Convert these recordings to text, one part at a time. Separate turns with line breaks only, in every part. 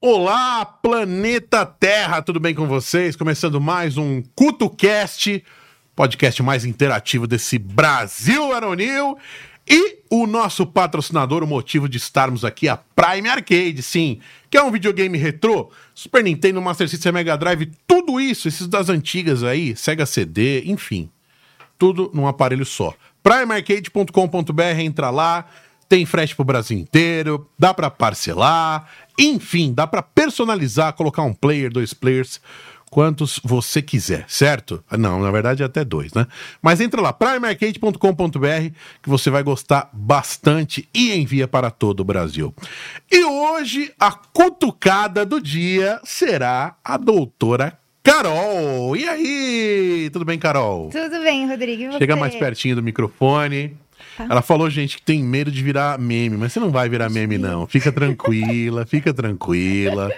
Olá, planeta Terra, tudo bem com vocês? Começando mais um CutoCast, podcast mais interativo desse Brasil Aeronil. E o nosso patrocinador, o motivo de estarmos aqui, a Prime Arcade, sim, que é um videogame retrô, Super Nintendo, Master System, Mega Drive, tudo isso, esses das antigas aí, Sega CD, enfim tudo num aparelho só. Primearcade.com.br, entra lá, tem frete pro Brasil inteiro, dá pra parcelar, enfim, dá pra personalizar, colocar um player, dois players, quantos você quiser, certo? Ah, Não, na verdade é até dois, né? Mas entra lá, primearcade.com.br, que você vai gostar bastante e envia para todo o Brasil. E hoje a cutucada do dia será a doutora Carol. E aí? Tudo bem, Carol?
Tudo bem, Rodrigo. E você? Tá.
Chega mais pertinho do microfone. Ela falou, gente, que tem medo de virar meme, mas você não vai virar meme, não. Fica tranquila, fica tranquila.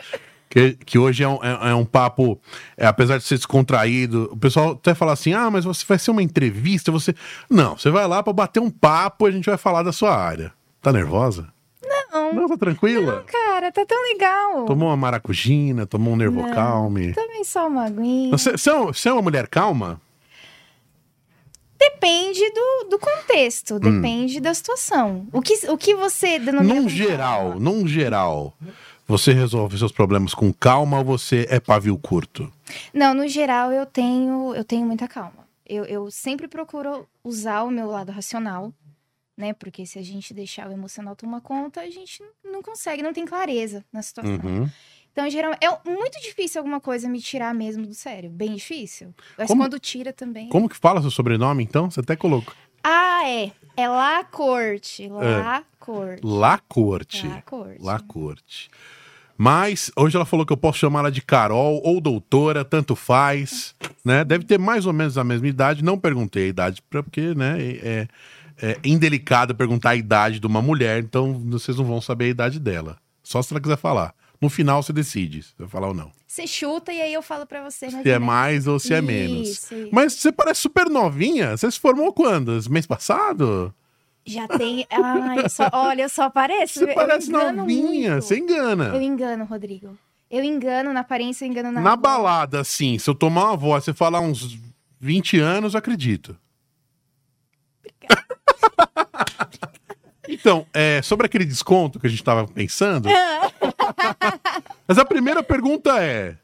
Que, que hoje é um, é- é um papo, é, apesar de ser descontraído, o pessoal até fala assim: ah, mas você vai ser uma entrevista, você. Não, você vai lá pra bater um papo e a gente vai falar da sua área. Tá nervosa?
Não.
Não, tá tranquila?
Não, cara, tá tão legal.
Tomou uma maracujina, tomou um nervocalme.
Também só uma aguinha.
Você, você é um- você é uma mulher calma?
Depende do, do
Hum.
contexto, depende da situação. O que, o que você denomina.
Num
como
geral,
calma?
num geral, você resolve seus problemas com calma ou você é pavio curto?
Não, no geral eu tenho, eu tenho muita calma. Eu, eu sempre procuro usar o meu lado racional, né? Porque se a gente deixar o emocional tomar conta, a gente não consegue, não tem clareza na situação.
Uhum.
Então, geralmente, é muito difícil alguma coisa me tirar mesmo do sério. Bem difícil. Mas
Como-
quando tira também.
Como que fala seu sobrenome, então? Você até colocou.
Ah, é. É lá corte. Lá
É.
corte.
Lacorte.
Lá corte.
Lacorte. Mas hoje ela falou que eu posso chamar ela de Carol ou doutora, tanto faz, né? Deve ter mais ou menos a mesma idade. Não perguntei a idade, pra- porque, né, é, é indelicado perguntar a idade de uma mulher, então vocês não vão saber a idade dela. Só se ela quiser falar. No final você decide se vai falar ou não.
Você chuta e aí eu falo pra você. mas
Se é
não
mais ou se é menos.
Isso, isso.
Mas você parece super novinha. Você se formou quando? Mês passado?
Já tem. Ai, eu só- olha, eu só apareço.
Você
eu
parece
engano
novinha.
muito.
Você engana.
Eu engano, Rodrigo. Eu engano na aparência, eu engano na.
Na
voz.
balada, assim, se eu tomar uma voz, você falar uns 20 anos, eu acredito. então, é, sobre aquele desconto que a gente tava pensando. mas a primeira pergunta é: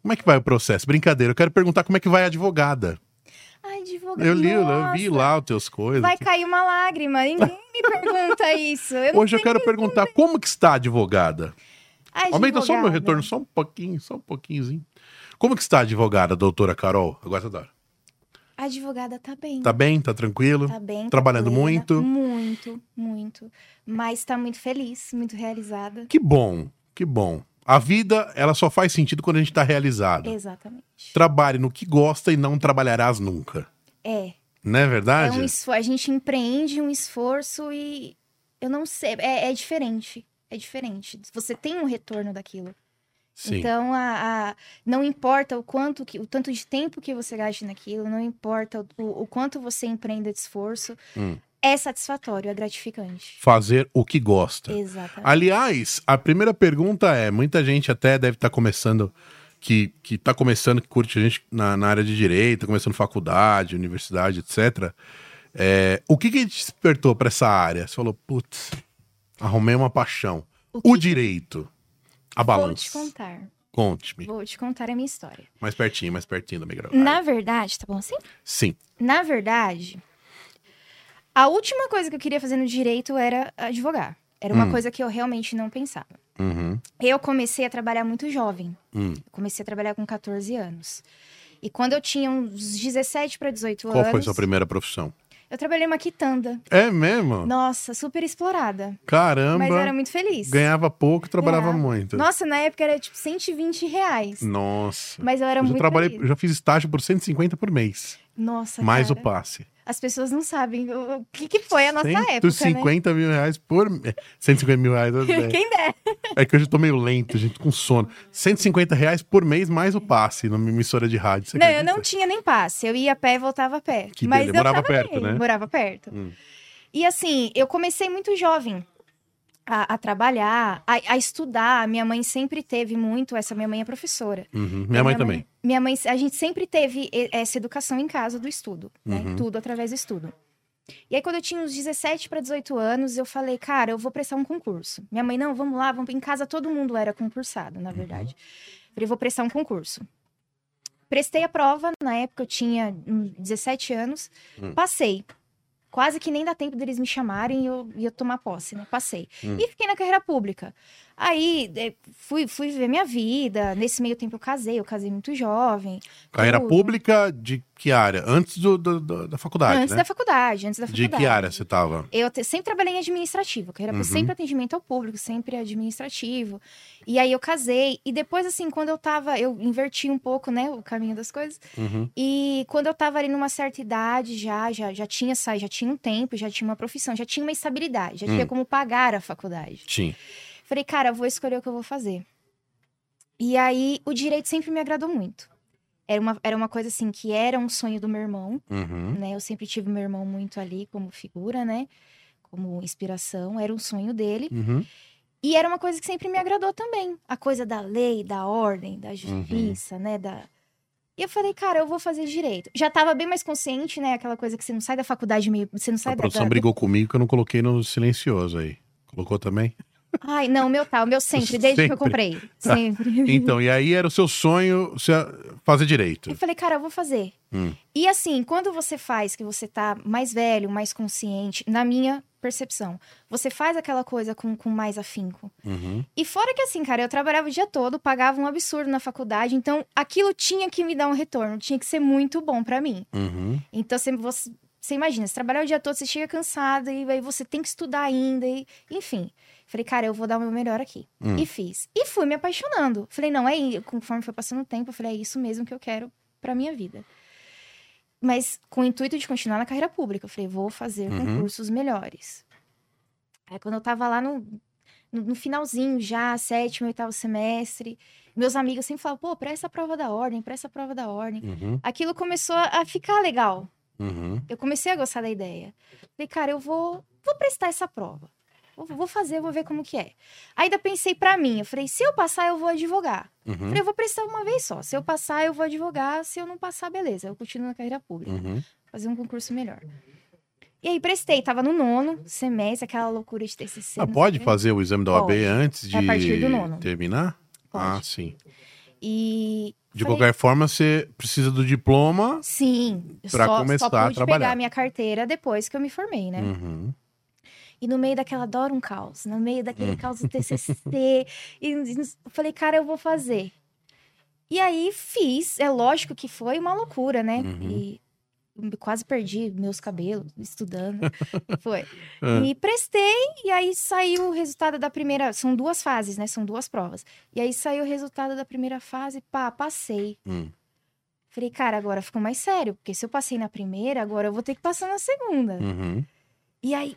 como é que vai o processo? Brincadeira, eu quero perguntar como é que vai a advogada.
Ai, advogado.
Eu li, eu
nossa,
vi lá os teus coisas.
Vai cair uma lágrima. Ninguém me pergunta isso. Eu não
Hoje eu
tenho-
quero perguntar como que está a
É
advogada.
Ai,
Aumenta só o meu
advogada.
retorno, só um pouquinho, só um pouquinhozinho. Como que está a advogada, doutora Carol? Agora tá da hora.
A advogada tá bem.
Tá bem? Tá tranquilo?
Tá bem.
Trabalhando
tranquila.
muito?
Muito, muito. Mas tá muito feliz, muito realizada.
Que bom, que bom. A vida, ela só faz sentido quando a gente tá realizado.
Exatamente.
Trabalhe no que gosta e não trabalharás nunca.
É.
Não é
é
verdade?
um esfor- A gente empreende um esforço e. Eu não sei. É, é diferente. É diferente. Você tem um retorno daquilo.
Sim.
Então, a, a- não importa o quanto que, o tanto de tempo que você gaste naquilo, não importa o, o quanto você empreenda de esforço,
Hum.
é satisfatório, é gratificante.
Fazer o que gosta.
Exatamente.
Aliás, a primeira pergunta é: muita gente até deve estar começando, que, que tá começando, que curte a gente na, na área de direito, começando faculdade, universidade, etc. É, o que, que te despertou para essa área? Você falou, putz, arrumei uma paixão.
O
O,
que-
direito. A
Vou te
balança.
contar.
Conte-me.
Vou te contar a minha história.
Mais pertinho, mais pertinho da microfone.
Na verdade, tá bom assim?
Sim.
Na verdade, a última coisa que eu queria fazer no direito era advogar. Era uma
Hum.
coisa que eu realmente não pensava.
Uhum.
Eu comecei a trabalhar muito jovem.
Hum.
Eu comecei a trabalhar com 14 anos. E quando eu tinha uns 17 para 18
Qual
anos,
foi sua primeira profissão?
eu trabalhei uma quitanda.
É mesmo?
Nossa, super explorada.
Caramba.
Mas eu era muito feliz.
Ganhava pouco, trabalhava
Ganhava.
muito.
Nossa, na época era tipo 120 reais.
Nossa.
Mas eu era
Eu já Hum.
muito
trabalhei,
feliz.
eu já fiz estágio por 150 por mês.
Nossa,
mais
cara.
o passe.
As pessoas não sabem o, o que, que foi a nossa época, né?
150 mil reais por mês. 150 mil reais. eu dei.
Quem der.
é que hoje eu tô meio lento, gente, com sono. 150 reais por mês mais o passe numa emissora de rádio. você
Não, eu não
acredita?
tinha nem passe. Eu ia a pé e voltava a pé.
Que
Mas
beleza.
eu
Morava né?
tava
perto,
bem,
né?
Morava perto.
Hum.
E assim, eu comecei muito jovem. a, a trabalhar, a, a estudar. Minha mãe sempre teve muito essa. Minha mãe é professora.
Uhum. Minha mãe também.
Minha mãe, a gente sempre teve e- essa educação em casa do estudo, né?
Uhum.
Tudo através do estudo. E aí, quando eu tinha uns 17 para 18 anos, eu falei, cara, eu vou prestar um concurso. Minha mãe, não, vamos lá, vamos. Em casa todo mundo era concursado,
Uhum.
na verdade. Falei, vou prestar um concurso. Prestei a prova, na época eu tinha hum, 17 anos,
Hum.
passei. Quase que nem dá tempo deles me chamarem e eu, e eu tomar posse, né? Passei.
Hum.
E fiquei na carreira pública. Aí eh, fui, fui viver minha vida. Nesse meio tempo eu casei, eu casei muito jovem.
Carreira
tudo.
pública de que área? Antes do, do- do- da faculdade,
antes
né?
da faculdade, antes da
De
faculdade.
que área você tava?
Eu te- sempre trabalhei em administrativo, que era
Uhum.
sempre atendimento ao público, sempre administrativo. E aí eu casei. E depois, assim, quando eu tava. Eu inverti um pouco, né, o caminho das coisas.
Uhum.
E quando eu tava ali numa certa idade, já, já, já tinha saído, já tinha um tempo, já tinha uma profissão, já tinha uma estabilidade, já tinha
Hum.
como pagar a faculdade.
Sim.
Falei, cara, vou escolher o que eu vou fazer. E aí, o direito sempre me agradou muito. Era uma, era uma coisa assim que era um sonho do meu irmão,
Uhum.
né? Eu sempre tive meu irmão muito ali como figura, né? Como inspiração, era um sonho dele.
Uhum.
E era uma coisa que sempre me agradou também. A coisa da lei, da ordem, da
Uhum.
justiça, né? Da... E eu falei, cara, eu vou fazer direito. Já tava bem mais consciente, né? Aquela coisa que você não sai da faculdade meio. Você não sai
A
da.
produção
da-
brigou comigo que eu não coloquei no silencioso aí. Colocou também?
Ai, não, o meu tal, o meu sempre, desde que
Sempre.
eu comprei. Sempre.
Então, e aí era o seu sonho você fazer direito.
Eu falei, cara, eu vou fazer.
Hum.
E assim, quando você faz que você tá mais velho, mais consciente, na minha percepção, você faz aquela coisa com, com mais afinco.
Uhum.
E fora que assim, cara, eu trabalhava o dia todo, pagava um absurdo na faculdade, então aquilo tinha que me dar um retorno, tinha que ser muito bom pra mim.
Uhum.
Então você, você, você imagina, você trabalhar o dia todo, você chega cansado e aí você tem que estudar ainda, e, enfim. Falei, cara, eu vou dar o meu melhor aqui.
Hum.
E fiz. E fui me apaixonando. Falei, não, é isso. Conforme foi passando o tempo, eu falei, é isso mesmo que eu quero pra minha vida. Mas com o intuito de continuar na carreira pública. Eu falei, vou fazer
Uhum.
concursos melhores. Aí quando eu tava lá no, no, no finalzinho já, sétimo, oitavo semestre, meus amigos sempre falavam, pô, presta a prova da ordem, presta a prova da ordem.
Uhum.
Aquilo começou a a ficar legal.
Uhum.
Eu comecei a gostar da ideia. Falei, cara, eu vou, vou prestar essa prova. Vou, vou fazer, vou ver como que é. Ainda pensei pra mim, eu falei, se eu passar, eu vou advogar.
Uhum.
Falei, eu vou prestar uma vez só. Se eu passar, eu vou advogar. Se eu não passar, beleza. Eu continuo na carreira pública.
Uhum.
Fazer um concurso melhor. E aí, prestei. Tava no nono semestre, aquela loucura de TCC.
Ah,
não sei
pode
o quê.
fazer o exame da OAB
Pode.
antes de
É a partir do nono.
terminar? Ah,
Pode.
sim.
E...
De
falei,
qualquer forma, você precisa do diploma.
Sim. eu
pra
só,
começar
só
a
pude
trabalhar.
pegar minha carteira depois que eu me formei, né?
Uhum.
E no meio daquela adoro um caos, no meio daquele
Hum.
caos do TCC, e, e eu falei, cara, eu vou fazer. E aí fiz, é lógico que foi uma loucura, né?
Uhum.
E quase perdi meus cabelos estudando. foi.
Ah,
E prestei, e aí saiu o resultado da primeira. São duas fases, né? São duas provas. E aí saiu o resultado da primeira fase, pá, passei.
hum.
Falei, cara, agora ficou mais sério, porque se eu passei na primeira, agora eu vou ter que passar na segunda.
Uhum.
E aí.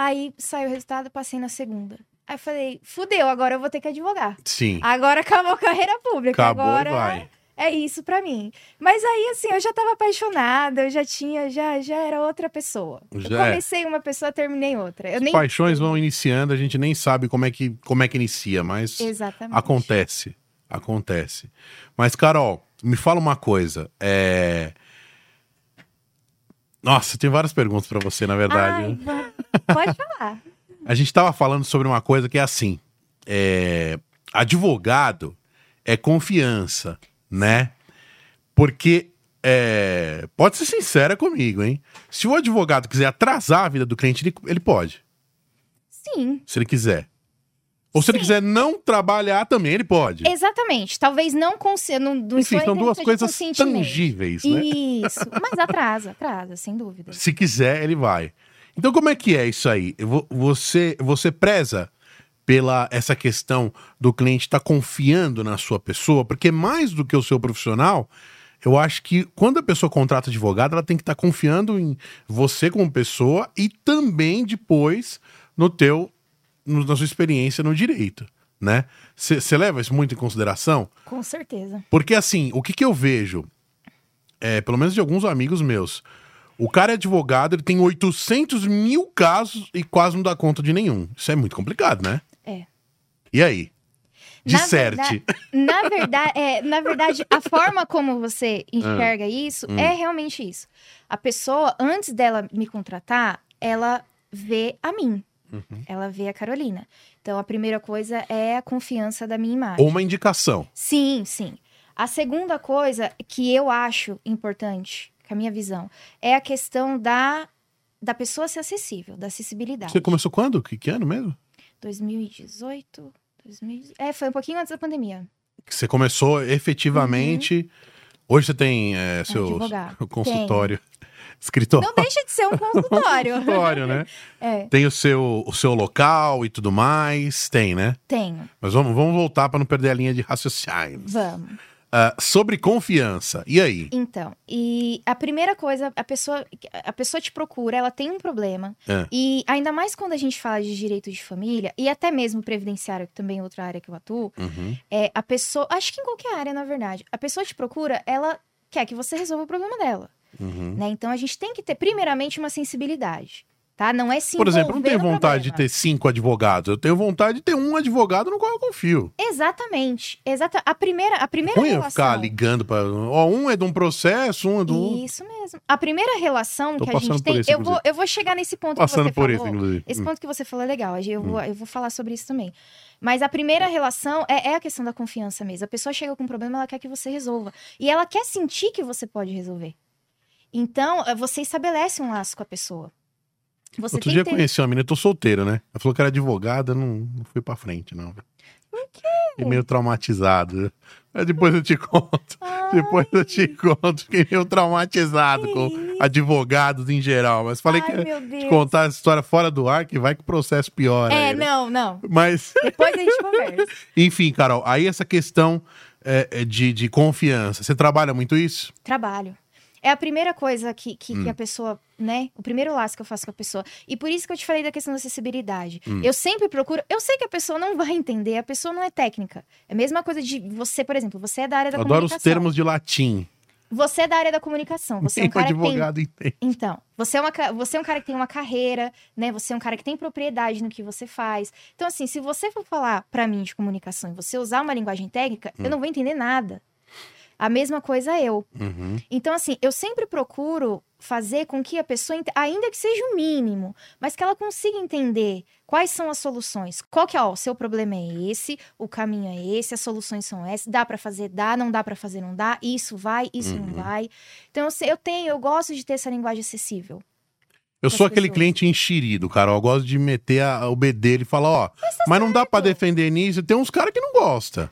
Aí saiu o resultado, passei na segunda. Aí eu falei, fudeu, agora eu vou ter que advogar.
Sim.
Agora acabou a carreira pública.
Acabou
Ah, agora
e vai.
é isso pra mim. Mas aí, assim, eu já tava apaixonada, eu já tinha, já, já era outra pessoa.
Já
eu
é.
comecei uma pessoa, terminei outra. Eu nem.
Paixões vão iniciando, a gente nem sabe como é que, como é que inicia, mas
Exatamente.
acontece. Acontece. Mas, Carol, me fala uma coisa. É... Nossa, tem várias perguntas pra você, na verdade.
Ai,
né?
vai- Pode falar.
A gente tava falando sobre uma coisa que é assim: é, advogado é confiança, né? Porque é, pode ser sincera comigo, hein? Se o advogado quiser atrasar a vida do cliente, ele, ele pode,
Sim.
se ele quiser. Ou se ele quiser não trabalhar também, ele pode.
Exatamente. Talvez não consiga. Não, não
Enfim,
estou
são
dizendo
duas
que seja
coisas
conscientemente.
tangíveis, né?
Isso. Mas atrasa, atrasa, sem dúvida.
Se quiser, ele vai. Então, como é que é isso aí? Vo- Você, você preza pela essa questão do cliente estar confiando na sua pessoa? Porque mais do que o seu profissional, eu acho que quando a pessoa contrata advogado, ela tem que estar confiando em você como pessoa e também depois no teu, no- na sua experiência no direito, né? Você leva isso muito em consideração?
Com certeza.
Porque assim, o que, que eu vejo, é, pelo menos de alguns amigos meus, O cara é advogado, ele tem 800 mil casos e quase não dá conta de nenhum. Isso é muito complicado, né?
É.
E aí?
Na
Disserte.
Na verdade, é, na verdade, a forma como você enxerga
Ah.
isso
Hum.
é realmente isso. A pessoa, antes dela me contratar, ela vê a mim.
Uhum.
Ela vê a Carolina. Então, a primeira coisa é a confiança da minha imagem.
Ou uma indicação.
Sim, sim. A segunda coisa que eu acho importante, com a minha visão, é a questão da, da pessoa ser acessível, da acessibilidade.
Você começou quando? Que, que ano mesmo?
2018, 2018. É, foi um pouquinho antes da pandemia.
Que você começou efetivamente. Hoje você tem é, seu
Uhum. advogado.
seu consultório. Escritório.
Não deixa de ser um consultório.
Consultório, né?
É,
Tem o seu, o seu local e tudo mais. Tem, né?
tenho.
Mas vamos, vamos voltar para não perder a linha de raciocínio.
Vamos.
Ah, sobre confiança. E aí?
Então, e a primeira coisa, a pessoa, a pessoa te procura, ela tem um problema.
É.
E ainda mais quando a gente fala de direito de família, e até mesmo previdenciário, que também é outra área que eu atuo,
Uhum.
é, a pessoa, acho que em qualquer área, na verdade, a pessoa te procura, ela quer que você resolva o problema dela,
Uhum.
né? Então a gente tem que ter primeiramente uma sensibilidade, tá? Não é se
Por exemplo, eu não
envolver
tenho
no
vontade de
problema.
ter cinco advogados. Eu tenho vontade de ter um advogado no qual eu confio.
Exatamente, exata. A primeira, a primeira
É Ruim eu
relação.
ficar ligando para. Ó, um é de um processo, um é do. outro.
Isso mesmo. A primeira relação
Tô
que a
passando
gente
por
tem,
isso,
eu vou,
inclusive.
eu vou chegar nesse ponto que
Passando
você
por
falou.
isso, inclusive.
Esse
Hum.
ponto que você falou é legal, eu vou, eu vou falar sobre isso também. Mas a primeira relação é, é a questão da confiança mesmo. A pessoa chega com um problema, ela quer que você resolva. E ela quer sentir que você pode resolver. Então, eh, você estabelece um laço com a pessoa. Você
Outro
tem
dia eu
que ter...
conheci uma menina, eu tô solteira, né? Ela falou que era advogada, não, não fui pra frente, não. Por quê? Fiquei meio traumatizado. Mas depois eu te conto.
Ah,
Depois eu te conto. Fiquei meio traumatizado
Que
com
isso.
advogados em geral. Mas falei
ai,
que ia
meu
te
Deus.
contar essa história fora do ar, que vai que o processo piora.
É,
aí, né?
não, não.
Mas,
Depois a gente conversa.
enfim, Carol, aí essa questão é, é, de, de confiança. Você trabalha muito isso?
Trabalho. É a primeira coisa que, que, que
Hum.
a pessoa, né? O primeiro laço que eu faço com a pessoa. E por isso que eu te falei da questão da acessibilidade.
Hum.
Eu sempre procuro. Eu sei que a pessoa não vai entender, a pessoa não é técnica. É a mesma coisa de você, por exemplo, você é da área da
Eu adoro os
comunicação.
termos de latim.
Você é da área da comunicação. Você é
Nem
um
o
cara que tem
advogado entende.
então, você é, uma ca- você é um cara que tem uma carreira, né? Você é um cara que tem propriedade no que você faz. Então, assim, se você for falar pra mim de comunicação e você usar uma linguagem técnica,
Hum.
eu não vou entender nada. A mesma coisa eu.
Uhum.
Então, assim, eu sempre procuro fazer com que a pessoa, ent- ainda que seja o mínimo, mas que ela consiga entender quais são as soluções. Qual que é, ó, o seu problema é esse, o caminho é esse, as soluções são essas, dá pra fazer, dá, não dá pra fazer, não dá, isso vai, isso
Uhum.
não vai. Então, eu, sei- eu tenho, eu gosto de ter essa linguagem acessível.
Eu
com
sou
as
aquele
pessoas.
cliente enxerido, cara. Eu gosto de meter a- o B dele e falar, ó, mas,
tá
não dá pra defender nisso. Tem uns caras que não gostam.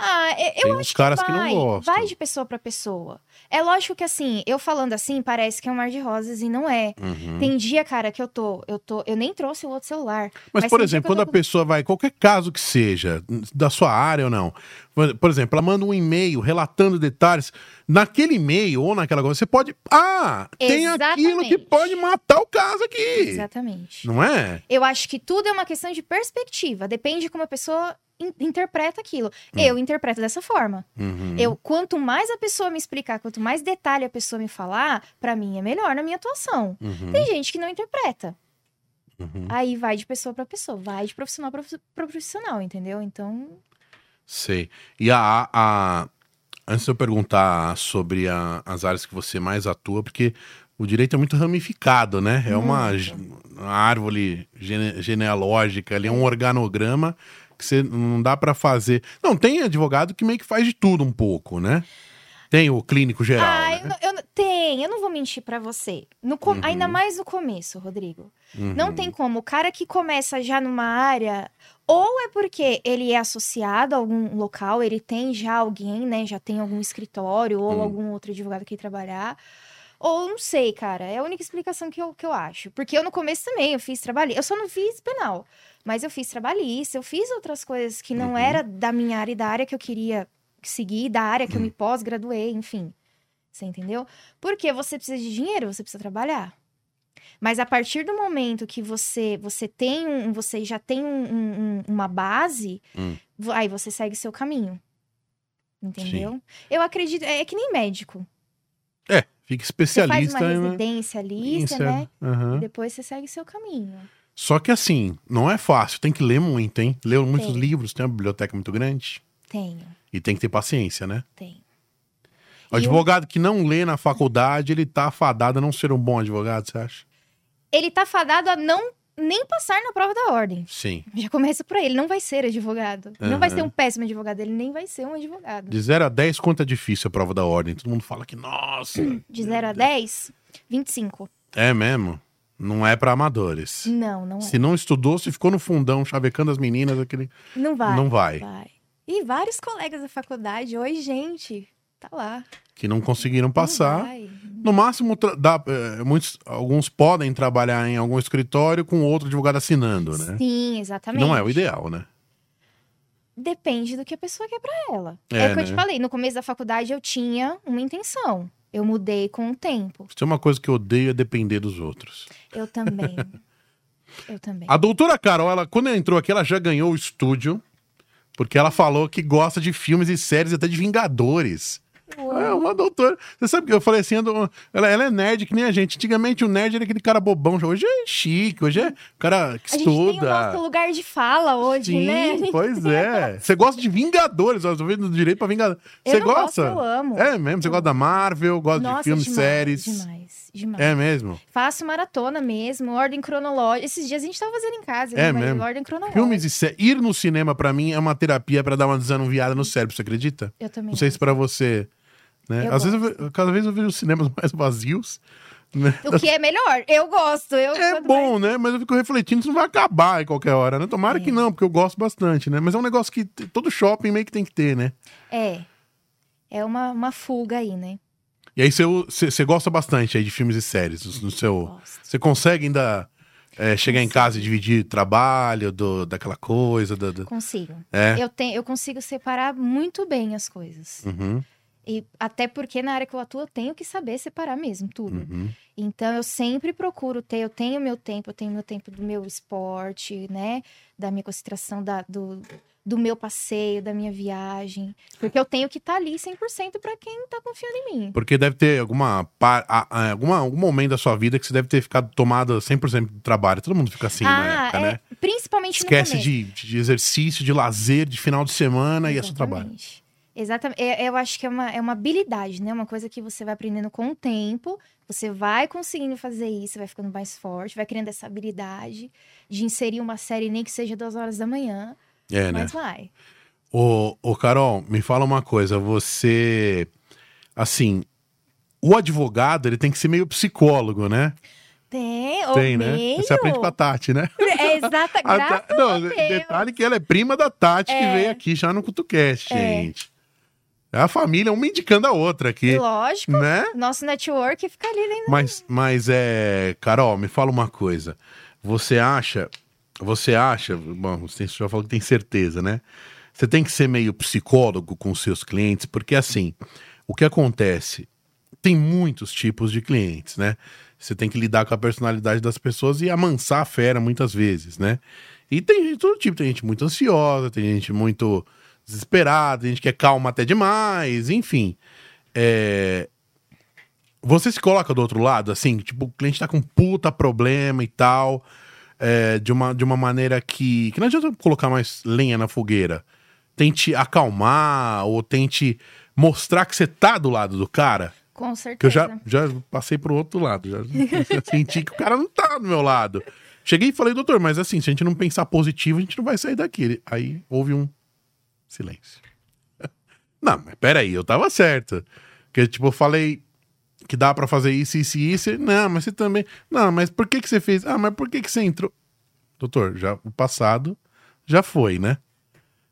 Ah, eu, eu
Tem
acho
uns caras
que,
que não
vai,
gostam.
vai de pessoa pra pessoa. É lógico que, assim, eu falando assim, parece que é um mar de rosas e não é.
Uhum.
Tem dia, cara, que eu tô, eu tô, eu nem trouxe o outro celular.
Mas,
mas
por
tem
exemplo,
dia que eu
quando a
tô-
pessoa vai, qualquer caso que seja, da sua área ou não, por- por exemplo, ela manda um e-mail relatando detalhes, naquele e-mail ou naquela coisa, você pode. Ah, tem aquilo que
Exatamente.
pode matar o caso aqui.
Exatamente.
Não é?
Eu acho que tudo é uma questão de perspectiva. Depende de como a pessoa in- interpreta aquilo.
Hum.
Eu interpreto dessa forma.
Uhum.
Eu quanto mais a pessoa me explicar, quanto mais detalhe a pessoa me falar, pra mim é melhor na minha atuação.
Uhum,
Tem gente que não interpreta.
uhum.
Aí vai de pessoa pra pessoa, vai de profissional pra profi- pra profissional, entendeu? Então,
Sei. E a, a- antes de eu perguntar sobre a- as áreas que você mais atua, porque o direito é muito ramificado, né? É uma,
Muito.
ge- uma árvore gene- genealógica, ali é um organograma que você não dá pra fazer. Não, tem advogado que meio que faz de tudo um pouco, né? Tem o clínico geral.
ah,
né?
eu, não- eu não- tem, eu não vou mentir pra você. No co-
Uhum.
ainda mais no começo, Rodrigo.
Uhum.
Não tem como. O cara que começa já numa área, ou é porque ele é associado a algum local, ele tem já alguém, né? Já tem algum escritório ou
Hum.
algum outro advogado que trabalhar. Ou não sei, cara. É a única explicação que eu, que eu acho. Porque eu no começo também, eu fiz trabalho. Eu só não fiz penal. Mas eu fiz trabalhista, eu fiz outras coisas que não
Uhum.
era da minha área e da área que eu queria seguir, da área que
Hum.
eu me pós-graduei, enfim. Você entendeu? Porque você precisa de dinheiro, você precisa trabalhar. Mas a partir do momento que você você tem um, você já tem um- um- um- uma base,
Hum.
vo- aí você segue seu caminho. Entendeu? Eu acredito, é, é que nem médico.
É, fica
Você faz
especialista.
uma residência, lista,
né?
né?
Aham.
E depois você segue seu caminho.
Só que assim, não é fácil. Tem que ler muito, hein? Ler muitos
Tem.
livros, tem uma biblioteca muito grande.
Tenho,
E tem que ter paciência, né?
tenho.
O
E
advogado que não lê na faculdade, ele tá fadado a não ser um bom advogado, você acha?
Ele tá fadado a não nem passar na prova da ordem.
Sim.
Já começa por aí. Ele não vai ser advogado. Ele Não vai ser
Aham.
um péssimo advogado. Ele nem vai ser um advogado.
De 0 a 10, quanto é difícil a prova da ordem? Todo mundo fala que, nossa.
De 0 a 10, 25.
É mesmo? Não é pra amadores.
Não, não é.
Se não estudou, se ficou no fundão chavecando as meninas, aquele.
Não vai.
não é. vai.
vai. E vários colegas da faculdade, hoje, gente, tá lá.
Que não conseguiram
Não
passar.
vai.
No máximo, tra- dá, eh, muitos, alguns podem trabalhar em algum escritório com outro advogado assinando, né?
Sim,
Que
exatamente.
Não é o ideal, né?
Depende do que a pessoa quer pra ela.
É,
É, o que eu
né?
te falei, no começo da faculdade eu tinha uma intenção. Eu mudei com o tempo.
Se tem uma coisa que eu odeio é depender dos outros.
Eu também. eu também.
A doutora Carol, ela, quando ela entrou aqui, ela já ganhou o estúdio, porque ela falou que gosta de filmes e séries, até de Vingadores. É uma doutora. Você sabe que eu falei assim, eu dou- ela, ela é nerd que nem a gente. Antigamente o nerd era aquele cara bobão, já hoje é chique, hoje é o cara que
A gente tem o
estuda.
nosso lugar de fala hoje,
Sim,
né?
pois é. Você gosta de Vingadores, ó, eu tô vendo direito pra Vingadores.
Eu
Você
não
gosta?
gosto, eu amo.
É mesmo, você gosta da Marvel, gosta
Nossa,
de filmes,
demais,
séries.
Demais, demais.
É mesmo.
Faço maratona mesmo, ordem cronológica. Esses dias a gente tava fazendo em casa,
É
né? mas
mesmo.
ordem cronológica.
Filmes e séries. Ir no cinema, pra mim, é uma terapia pra dar uma desanuviada no cérebro, você acredita?
Eu também.
Não sei se
gosto.
pra você. Né?
Eu
Às vezes eu, ve- cada vez eu vejo os cinemas mais vazios. Né?
O que é melhor? Eu gosto. Eu
É
quanto mais-
bom, né? Mas eu fico refletindo, isso não vai acabar em qualquer hora, né? Tomara
É.
que não, porque eu gosto bastante, né? Mas é um negócio que t- todo shopping meio que tem que ter, né?
É. É uma, uma fuga aí, né?
E aí você- você você gosta bastante aí de filmes e séries no- no seu...
Gosto.
Você consegue ainda é, chegar em casa e dividir trabalho, do, daquela coisa, da... da-
Consigo.
É.
Eu, tenho, eu consigo separar muito bem as coisas.
Uhum,
E até porque na área que eu atuo, eu tenho que saber separar mesmo tudo.
uhum.
Então, eu sempre procuro ter, eu tenho meu tempo, eu tenho meu tempo do meu esporte, né? Da minha concentração, da, do, do meu passeio, da minha viagem. Porque eu tenho que estar ali 100% para quem tá confiando em mim.
Porque deve ter alguma, pa- a- a- alguma algum momento da sua vida que você deve ter ficado tomado 100% do trabalho. Todo mundo fica assim
Ah,
na
é,
época, né?
Principalmente no
Esquece
começo.
de, de exercício, de lazer, de final de semana e é seu trabalho.
Exatamente. Exatamente. É- Eu acho que é uma, é uma habilidade, né? Uma coisa que você vai aprendendo com o tempo. Você vai conseguindo fazer isso, vai ficando mais forte, vai criando essa habilidade de inserir uma série, nem que seja duas horas da manhã.
É, né?
mas vai.
Ô, ô, Carol, me fala uma coisa. Você. Assim, o advogado, ele tem que ser meio psicólogo, né?
Tem, ou
tem, né?
meio.
Você aprende com a Tati, né?
É exata,
A
graças
Ta- Não,
a Deus.
detalhe que ela é prima da Tati, que
É.
veio aqui já no Cutucast,
É.
gente. É a família, uma indicando a outra aqui,
Lógico,
né?
nosso network fica ali né? dentro.
Mas, mas é. Carol, me fala uma coisa. Você acha. Você acha. Bom, você já falou que tem certeza, né? Você tem que ser meio psicólogo com os seus clientes, porque assim, o que acontece? Tem muitos tipos de clientes, né? Você tem que lidar com a personalidade das pessoas e amansar a fera muitas vezes, né? E tem gente de todo tipo, tem gente muito ansiosa, tem gente muito desesperada, tem gente que é calma até demais, enfim. É, você se coloca do outro lado, assim, tipo, o cliente tá com um puta problema e tal, é, de, uma, de uma maneira que, que não adianta colocar mais lenha na fogueira. Tente acalmar ou tente mostrar que você tá do lado do cara.
Com
Que eu
certeza.
já, já passei pro outro lado, já senti que o cara não tá do meu lado. Cheguei e falei, doutor, mas assim, se a gente não pensar positivo, a gente não vai sair daqui. Ele- Aí houve um silêncio. Não, mas peraí, eu tava certo. Porque, tipo, eu falei que dá pra fazer isso, isso e isso. Ele, Não, mas você também. Não, mas por que que você fez? Ah, mas por que que você entrou? Doutor, já o passado já foi, né?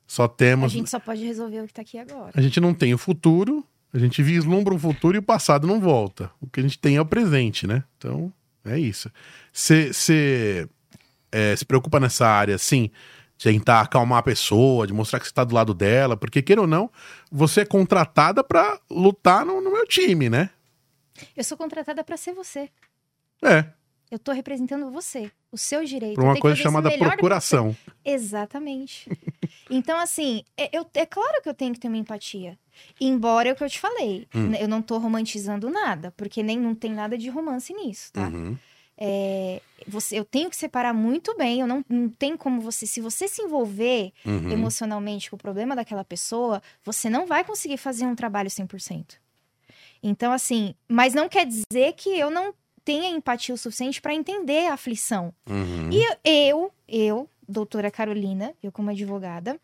Só
A
temos.
gente só pode resolver o que tá aqui agora.
A gente não tem o futuro, a gente vislumbra o futuro e o passado não volta. O que a gente tem é o presente, né? Então, é isso. Você se preocupa nessa área, assim, de tentar acalmar a pessoa, de mostrar que você está do lado dela, porque, queira ou não, você é contratada para lutar no, no meu time, né?
Eu sou contratada para ser você.
É.
Eu tô representando você, o seu direito.
Por
eu
uma
tenho que
coisa
fazer isso
chamada
melhor do que
procuração.
Exatamente. Então, assim, é, eu, é claro que eu tenho que ter uma empatia. Embora é o que eu te falei,
Hum.
né, eu não tô romantizando nada, porque nem não tem nada de romance nisso, tá?
Uhum.
É, você, eu tenho que separar muito bem, eu não, não tem como você, se você se envolver
Uhum.
emocionalmente com o problema daquela pessoa, você não vai conseguir fazer um trabalho 100%. Então, assim, mas não quer dizer que eu não tenha empatia o suficiente para entender a aflição.
Uhum.
E eu- eu, eu, doutora Carolina, eu como advogada,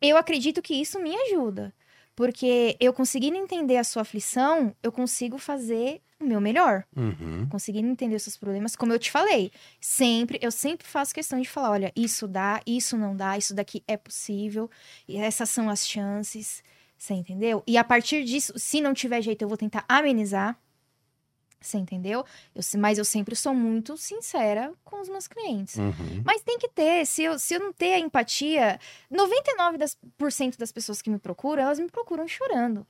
eu acredito que isso me ajuda. Porque eu conseguindo entender a sua aflição, eu consigo fazer o meu melhor.
Uhum.
Conseguindo entender os seus problemas, como eu te falei. Sempre, eu sempre faço questão de falar, olha, isso dá, isso não dá, isso daqui é possível, e essas são as chances. Você entendeu? E a partir disso, se não tiver jeito, eu vou tentar amenizar. Você entendeu? Eu se- mas eu sempre sou muito sincera com os meus clientes.
Uhum.
Mas tem que ter. Se eu, se eu não ter a empatia, 99% das, por cento das pessoas que me procuram, elas me procuram chorando.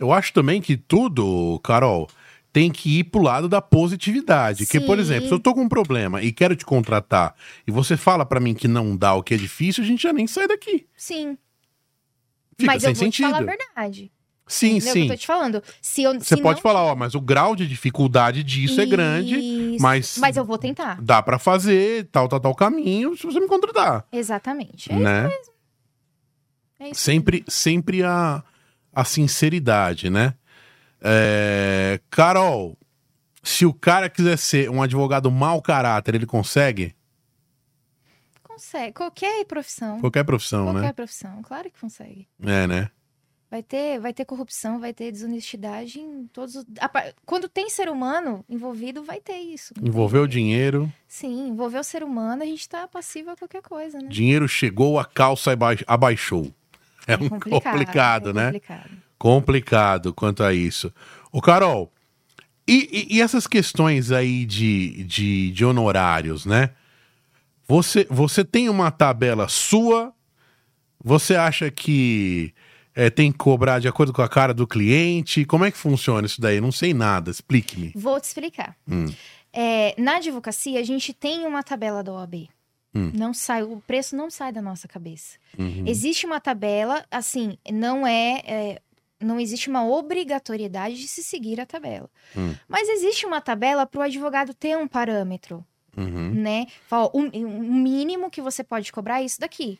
Eu acho também que tudo, Carol, tem que ir pro lado da positividade. Que, por
Sim.
exemplo, se eu tô com um problema e quero te contratar e você fala pra mim que não dá o que é difícil, a gente já nem sai daqui.
Sim.
Fica
mas
sem
eu vou te
sentido.
falar a verdade.
Sim,
Entendeu o que
sim.
eu tô te falando. Se eu,
Você
se
pode
não...
falar, ó, mas o grau de dificuldade disso é grande,
Isso.
mas-
Mas eu vou tentar.
dá pra fazer, tal, tal, tal caminho, se você me contratar,
Exatamente. É,
né?
é isso.
Sempre, sempre a, a sinceridade, né? É, Carol, se o cara quiser ser um advogado mau caráter, ele consegue?
Consegue. Qualquer profissão.
Qualquer profissão,
qualquer profissão. Claro que consegue.
né? É, né?
Vai ter, vai ter corrupção, vai ter desonestidade em todos os... a par- Quando tem ser humano envolvido, vai ter isso.
Envolveu o dinheiro,
Sim, envolver o ser humano, a gente tá passivo a qualquer coisa, né?
dinheiro chegou, a calça aba- abaixou. É, um complicado, né?
é complicado.
complicado quanto a isso. Ô, Carol, e, e- e essas questões aí de, de, de honorários, né? Você, você tem uma tabela sua? Você acha que é, tem que cobrar de acordo com a cara do cliente? Como é que funciona isso daí? Eu Não sei nada, explique-me.
Vou te explicar.
Hum.
É, na advocacia, a gente tem uma tabela da OAB.
Hum.
Não sai, o preço não sai da nossa cabeça.
Uhum.
Existe uma tabela, assim, não é, é, não existe uma obrigatoriedade de se seguir a tabela.
Hum.
Mas existe uma tabela para o advogado ter um parâmetro.
Uhum.
né? Fala, ó, o, o mínimo que você pode cobrar é isso daqui.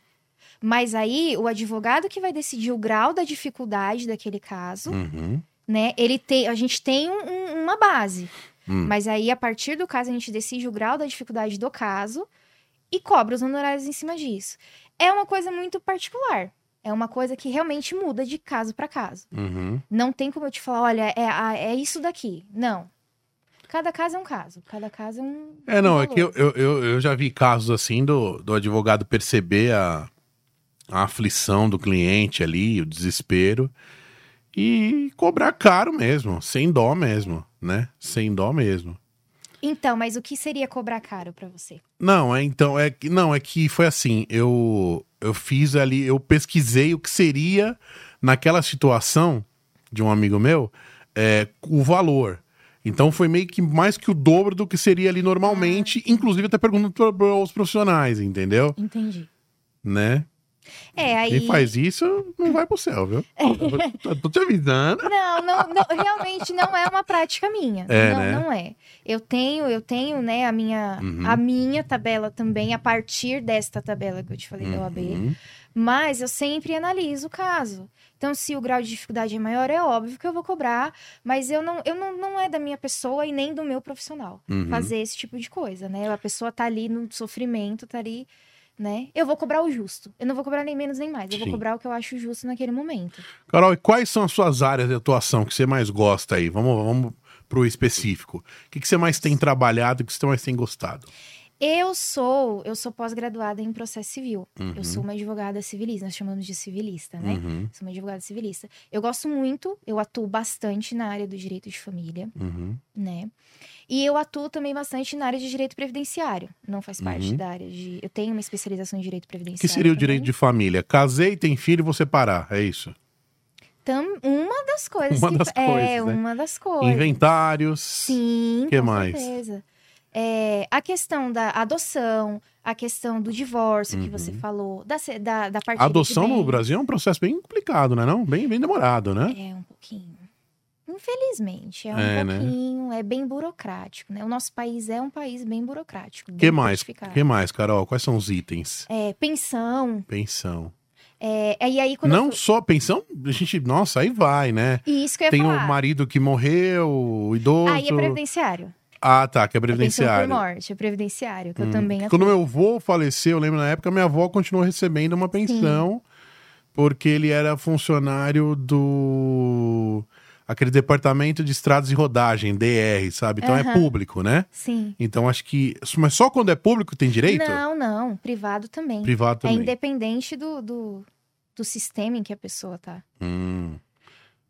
Mas aí, o advogado que vai decidir o grau da dificuldade daquele caso,
Uhum.
né? Ele tem, a gente tem um- um- uma base.
Hum.
Mas aí, a partir do caso, a gente decide o grau da dificuldade do caso e cobra os honorários em cima disso. É uma coisa muito particular. É uma coisa que realmente muda de caso para caso.
Uhum.
Não tem como eu te falar, olha, é, a- é isso daqui. Não. Cada caso é um caso. Cada caso é um.
É, não,
um
é que eu, eu, eu, eu já vi casos assim do, do advogado perceber a, a aflição do cliente ali, o desespero, e cobrar caro mesmo, sem dó mesmo, né? Sem dó mesmo.
Então, mas o que seria cobrar caro pra você?
Não, é então, é que não, é que foi assim, eu eu fiz ali, eu pesquisei o que seria naquela situação de um amigo meu, é, o valor. Então foi meio que mais que o dobro do que seria ali normalmente,
Ah.
inclusive até perguntando para os profissionais, entendeu?
Entendi.
Né?
É, aí.
Quem faz isso não vai pro céu, viu? Eu vou- eu tô te avisando.
Não, não, não, realmente não é uma prática minha.
É,
não,
né?
não é. Eu tenho, eu tenho, né, a minha,
Uhum.
a minha tabela também a partir desta tabela que eu te falei da OAB.
Uhum.
Mas eu sempre analiso o caso. Então, se o grau de dificuldade é maior, é óbvio que eu vou cobrar, mas eu não, eu não, não é da minha pessoa e nem do meu profissional
Uhum.
fazer esse tipo de coisa, né? A pessoa tá ali no sofrimento, tá ali, né? Eu vou cobrar o justo. Eu não vou cobrar nem menos nem mais. Eu
Sim.
vou cobrar o que eu acho justo naquele momento.
Carol, e quais são as suas áreas de atuação que você mais gosta aí? Vamos, vamos pro específico. O que, que você mais tem trabalhado, o que você mais tem gostado?
Eu sou, eu sou pós-graduada em processo civil.
Uhum,
Eu sou uma advogada civilista, nós chamamos de civilista, né?
uhum,
Sou uma advogada civilista. Eu gosto muito, eu atuo bastante na área do direito de família.
uhum,
né? E eu atuo também bastante na área de direito previdenciário. Não faz parte
Uhum.
da área de. Eu tenho uma especialização em direito
O
previdenciário.
que seria o
é também.
direito de família? Casei, tem filho e vou separar, é isso?
Tam... Uma das coisas.
Uma
que...
das
é,
coisas, né?
uma das coisas.
Inventários.
Sim,
Que
com
mais?
certeza. É, a questão da adoção, a questão do divórcio que você falou, da, se- da, da
A
partilha
Uhum. adoção
de bens.
no Brasil é um processo bem complicado, né? Não? Bem, bem demorado, né?
É um pouquinho. Infelizmente, é um
É, né?
pouquinho, é bem burocrático, né? O nosso país é um país bem burocrático.
O
É, bem
que mais?
codificado.
que mais, Carol? Quais são os itens?
É, pensão.
Pensão.
É, é, e aí quando
Não
eu fui-
só pensão, a gente, nossa, aí vai, né?
E isso que eu ia
Tem o
falar.
marido que morreu, o idoso.
Aí é previdenciário.
Ah, tá, que é
É pensão por
previdenciário. Hum,
morte, é previdenciário, que eu também
Quando meu avô faleceu, eu lembro na época, minha avó continuou recebendo uma pensão, porque ele era funcionário do. aquele departamento de estradas e rodagem, DR, sabe? Então é
Aham.
público, né?
Sim.
Então acho que. Mas só quando é público tem direito?
Não, não, privado também.
Privado
É
também.
independente do, do, do sistema em que a pessoa tá.
Hum.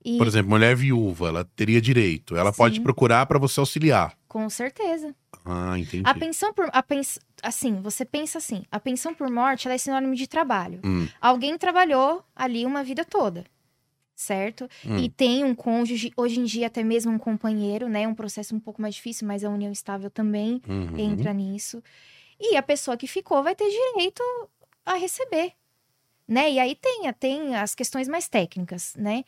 E
Por exemplo, mulher viúva, ela teria direito. Ela pode te
Sim.
procurar para você auxiliar.
com certeza.
Ah, entendi.
A pensão por. A pens... Assim, você pensa assim: a pensão por morte ela é sinônimo de trabalho.
Hum.
Alguém trabalhou ali uma vida toda, certo?
Hum.
E tem um cônjuge, hoje em dia até mesmo um companheiro, né? Um processo um pouco mais difícil, mas a união estável também
Uhum.
entra nisso. E a pessoa que ficou vai ter direito a receber, né? E aí tem, tem as questões mais técnicas, né?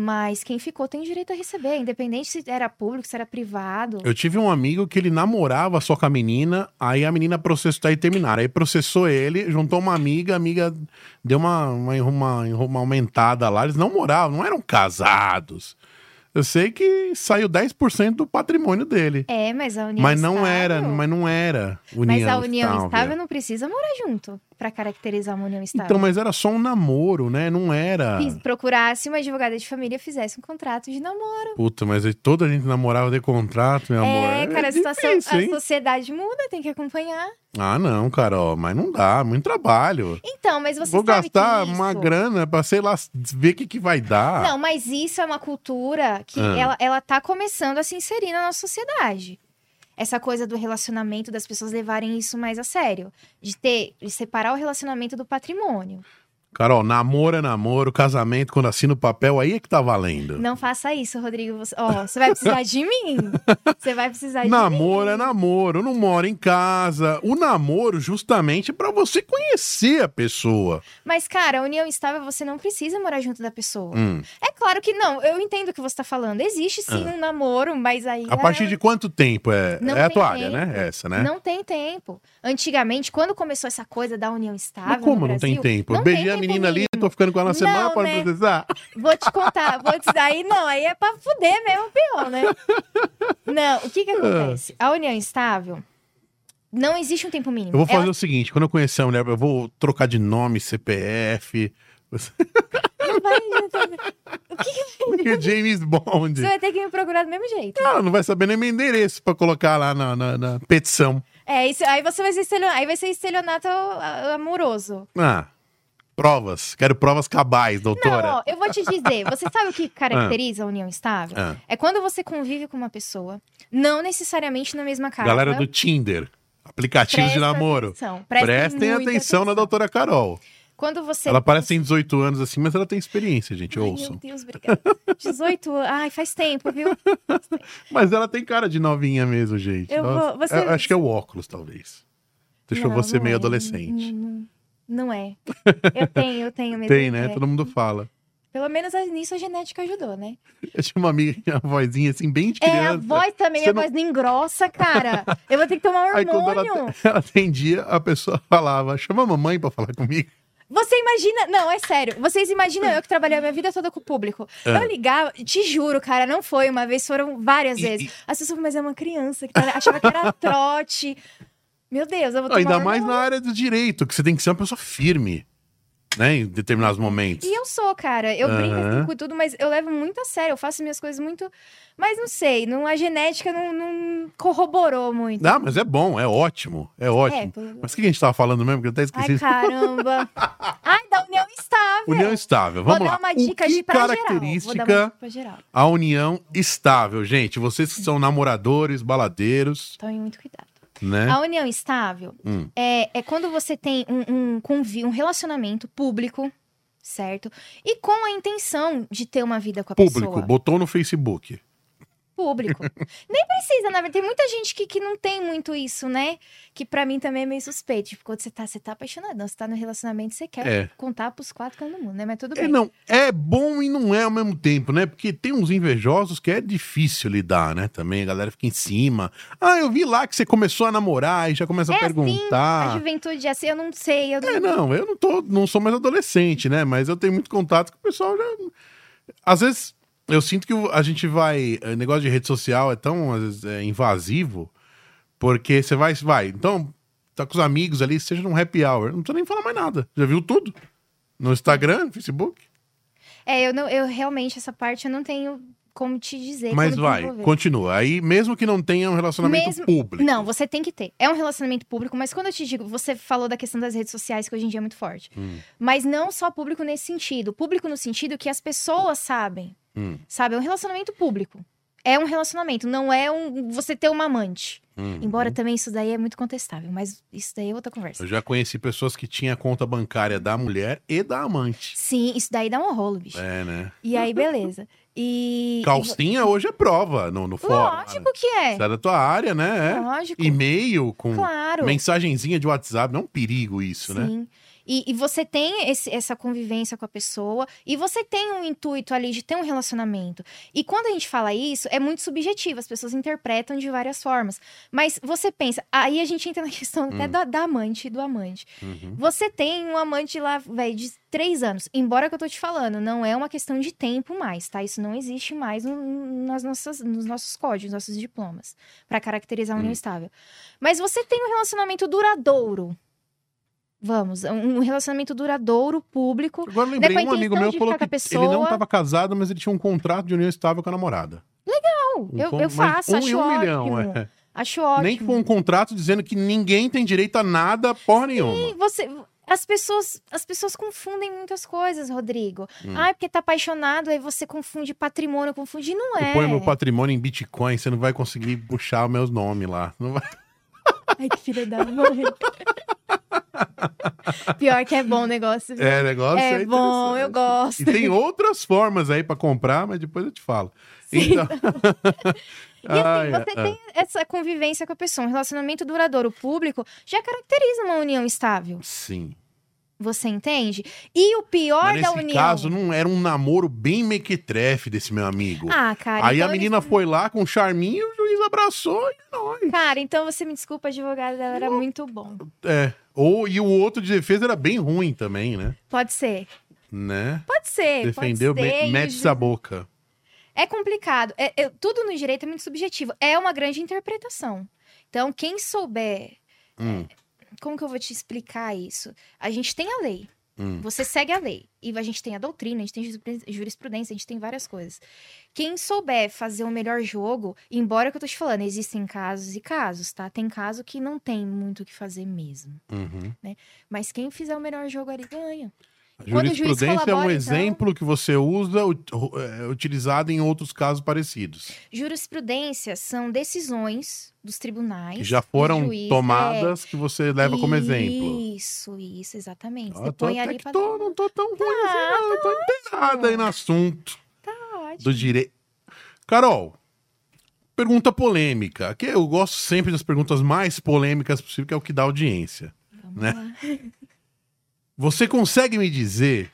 Mas quem ficou tem direito a receber, independente se era público, se era privado.
Eu tive um amigo que ele namorava só com a menina, aí a menina processou, aí terminaram. Aí processou ele, juntou uma amiga, a amiga deu uma, uma, enruma- enruma- aumentada lá. Eles não moravam, não eram casados. Eu sei que saiu 10% do patrimônio dele.
É, mas a união
Mas não era,
estável-
mas não era união
Mas a união estável,
estável.
não precisa morar junto pra caracterizar uma união estável.
Então, mas era só um namoro, né? Não era.
Fiz- Procurasse uma advogada de família, fizesse um contrato de namoro.
Puta, mas aí toda a gente namorava de contrato, meu amor.
é, cara, a, situação,
difícil,
a
hein?
sociedade muda, tem que acompanhar.
Ah, não, Carol, mas não dá, muito trabalho.
Então, mas você
Vou
sabe
gastar
que isso...
uma grana pra, sei lá, ver o que, que vai dar.
Não, mas isso é uma cultura que
Ah.
ela, ela tá começando a se inserir na nossa sociedade. Essa coisa do relacionamento, das pessoas levarem isso mais a sério. De ter, de separar o relacionamento do patrimônio.
Carol, namoro é namoro, casamento, quando assina o papel, aí é que tá valendo.
Não faça isso, Rodrigo. Você, ó, você vai precisar de mim. Você vai precisar de mim.
namoro é namoro, não mora em casa. O namoro, justamente, é pra você conhecer a pessoa.
Mas, cara, a união estável, você não precisa morar junto da pessoa.
Hum.
É claro que não, eu entendo o que você tá falando. Existe sim um namoro, mas aí.
Ah. A partir de quanto tempo? É,
Não
é a
tem
toalha,
tempo.
né? Essa, né?
Não tem tempo. Antigamente, quando começou essa coisa da união estável.
Mas como
no
não tem
Brasil,
tempo? Eu
não tem
beijei a
tempo
menina ali,
mínimo.
tô ficando com ela na
Não,
semana, pode
né?
processar.
Vou te contar, vou te aí não, aí é pra fuder mesmo pior, né? Não, o que
Ah.
que acontece? A união estável não existe um tempo mínimo.
Eu vou fazer
Ela-
o seguinte: quando eu conhecer a mulher, eu vou trocar de nome, CPF,
O que que-
porque James Bond.
Você vai ter que me procurar do mesmo jeito.
Ela não vai saber nem meu endereço pra colocar lá na, na- na petição.
É, isso, aí você vai ser estelionato, aí vai ser estelionato ah, amoroso.
Ah, provas. Quero provas cabais, doutora.
Não, ó, eu vou te dizer. Você sabe o que caracteriza a união estável?
Ah.
É quando você convive com uma pessoa, não necessariamente na mesma casa.
Galera do Tinder, aplicativo
Prestem
de namoro.
Atenção, prestem
Prestem
muita
atenção, na doutora Carol.
Quando você.
Ela parece um que tem 18 anos assim, mas ela tem experiência, gente,
Ai,
ouçam.
Meu Deus, obrigada. 18 anos. Ai, faz tempo, viu?
Mas ela tem cara de novinha mesmo, gente.
Eu
Nossa,
vou- você-
eu acho que é o óculos, talvez. Deixou
Não,
você
não
meio
é,
adolescente.
Não, não- não é. Eu tenho, eu tenho mesmo.
Tem, né?
é.
Todo mundo fala.
Pelo menos a- nisso a genética ajudou, né?
Eu tinha uma amiga que tinha uma vozinha assim, bem de
É, a
criança.
voz também,
Você
a
não-
voz não engrossa, cara. Eu vou ter que tomar um
Aí quando ela,
hormônio.
ela atendia, a pessoa falava, chama a mamãe pra falar comigo.
Você imagina. Não, é sério. Vocês imaginam eu que trabalhei a minha vida toda com o público.
Ah.
Eu ligava, te juro, cara, não foi uma vez, foram várias
E-
vezes. As pessoas, mas é uma criança que tá... achava que era trote. Meu Deus, eu vou tomar
Ainda mais
hormônio.
na área do direito, que você tem que ser uma pessoa firme, né? Em determinados momentos.
E eu sou, cara. Eu brinco
Aham.
assim com tudo, mas eu levo muito a sério. Eu faço minhas coisas muito. Mas não sei, não, a genética não, não corroborou muito.
Ah, mas é bom, é ótimo, é ótimo.
pelo-
Mas o que a gente tava falando mesmo? Que eu até esqueci.
Ai, caramba. Ai, da união estável.
união estável, vamos
é. vou
lá.
dar uma dica
o que
de pra
característica
geral. Vou dar uma dica pra geral.
a união estável, gente? Vocês que são namoradores, baladeiros,
Tomem muito cuidado.
né?
A união estável
Hum.
é, é quando você tem um, um, convi- um relacionamento público, certo? E com a intenção de ter uma vida com a
Público,
pessoa.
botou no Facebook.
público. Nem precisa, na verdade. Tem muita gente que, que não tem muito isso, né? Que pra mim também é meio suspeito. Tipo, quando você tá, você tá apaixonado, não, você tá no relacionamento, você quer
É.
contar pros quatro cantos do mundo, né? Mas tudo
É,
bem.
não, é bom e não é ao mesmo tempo, né? Porque tem uns invejosos que é difícil lidar, né? Também a galera fica em cima. Ah, eu vi lá que você começou a namorar e já começa a
É assim, A
perguntar.
juventude é assim, eu não sei, eu não
É, não, eu não tô, não sou mais adolescente, né? Mas eu tenho muito contato com o pessoal já. Às vezes eu sinto que a gente vai, o negócio de rede social é tão às vezes, é, invasivo, porque você vai, vai. Então, tá com os amigos ali, seja num happy hour, não precisa nem falar mais nada. Já viu tudo? No Instagram, no Facebook.
É, eu, não, eu realmente, essa parte eu não tenho como te dizer.
Mas
como
vai,
desenvolver.
continua. Aí, mesmo que não tenha um relacionamento
Mesmo-
público.
Não, você tem que ter. É um relacionamento público, mas quando eu te digo, você falou da questão das redes sociais, que hoje em dia é muito forte.
Hum.
Mas não só público nesse sentido. Público no sentido que as pessoas sabem.
Hum,
Sabe? É um relacionamento público. É um relacionamento, não é um você ter uma amante.
hum.
Embora também isso daí é muito contestável, mas isso daí é outra conversa.
Eu já conheci pessoas que tinham a conta bancária da mulher e da amante.
Sim, isso daí dá um rolo, bicho.
É, né?
E aí, beleza. E.
Calcinha hoje é prova no, no fórum.
Lógico que
Ah,
é.
Isso é da tua área, né? É.
Lógico.
E-mail com
Claro.
mensagenzinha de WhatsApp. Não é um perigo isso, né?
Sim. E, e você tem esse- essa convivência com a pessoa e você tem um intuito ali de ter um relacionamento. E quando a gente fala isso, é muito subjetivo, as pessoas interpretam de várias formas. Mas você pensa, aí a gente entra na questão até
Hum.
da, da amante e do amante.
Uhum.
Você tem um amante lá, velho, de três anos. Embora que eu tô te falando, não é uma questão de tempo mais, tá? Isso não existe mais no- nas nossas, nos nossos códigos, nos nossos diplomas, pra caracterizar a união
Hum.
estável. Mas você tem um relacionamento duradouro. Vamos, um um relacionamento duradouro, público.
Agora eu lembrei,
Depois
um
tem
amigo
questão
meu
de
falou que
ficar é com a
ele não
pessoa.
estava casado, mas ele tinha um contrato de união estável com a namorada.
Não,
Um
eu,
con-
eu
mas
faço,
um
acho
em um
ótimo.
milhão, é.
Acho ótimo.
Nem que for um contrato dizendo que ninguém tem direito a nada, porra nenhuma.
E você. As pessoas, as pessoas confundem muitas coisas, Rodrigo.
Hum.
Ai, porque tá apaixonado, aí você confunde patrimônio, confunde. Não
Eu
é.
ponho meu patrimônio em Bitcoin, você não vai conseguir puxar os meus nomes lá. Não vai...
Ai, que filha da mãe. Pior que é bom o negócio. viu?
É, negócio
É
é
bom,
interessante.
eu gosto.
E tem outras formas aí pra comprar, mas depois eu te falo.
Sim.
Então...
E assim,
Ai,
você
ah,
tem essa convivência com a pessoa, um relacionamento duradouro público já caracteriza uma união estável.
Sim.
Você entende? E o pior
Mas
da
nesse
união.
caso, não era um namoro bem mequetrefe desse meu amigo.
Ah, cara.
aí
então
a
ele-
menina foi lá com um charminho, o juiz abraçou e nós.
Cara, então você me desculpa, advogada dela era muito bom.
É. Ou, e o outro de defesa era bem ruim também, né?
Pode ser.
né?
Pode ser.
Defendeu,
pode ser,
me-
e o
mete
ju-
essa boca.
É complicado. É- é- tudo no direito é muito subjetivo. É uma grande interpretação. Então, quem souber
Hum,
como que eu vou te explicar isso? A gente tem a lei,
hum.
você segue a lei. E a gente tem a doutrina, a gente tem jurispruden- jurisprudência, a gente tem várias coisas. Quem souber fazer o melhor jogo, embora é que eu tô te falando, existem casos e casos, tá? Tem caso que não tem muito o que fazer mesmo.
Uhum.
Mas quem fizer o melhor jogo ali ganha.
A
Quando o juiz
Jurisprudência é um
colabora, então-
exemplo que você usa, ut- ru- é, utilizado em outros casos parecidos.
Jurisprudências são decisões dos tribunais.
Que já
dos
foram
juízes, é.
tomadas que você leva como exemplo.
Isso, isso, exatamente.
Ó,
Você
tô,
põe
até
ali
que
pra um Ah,
tô- não tô tão ruim assim, não. Eu tô inteirada aí no assunto
Tá ótimo.
do direito. Carol, pergunta polêmica. Que eu gosto sempre das perguntas mais polêmicas possível, que é o que dá audiência.
Vamos
né?
lá.
Você consegue me dizer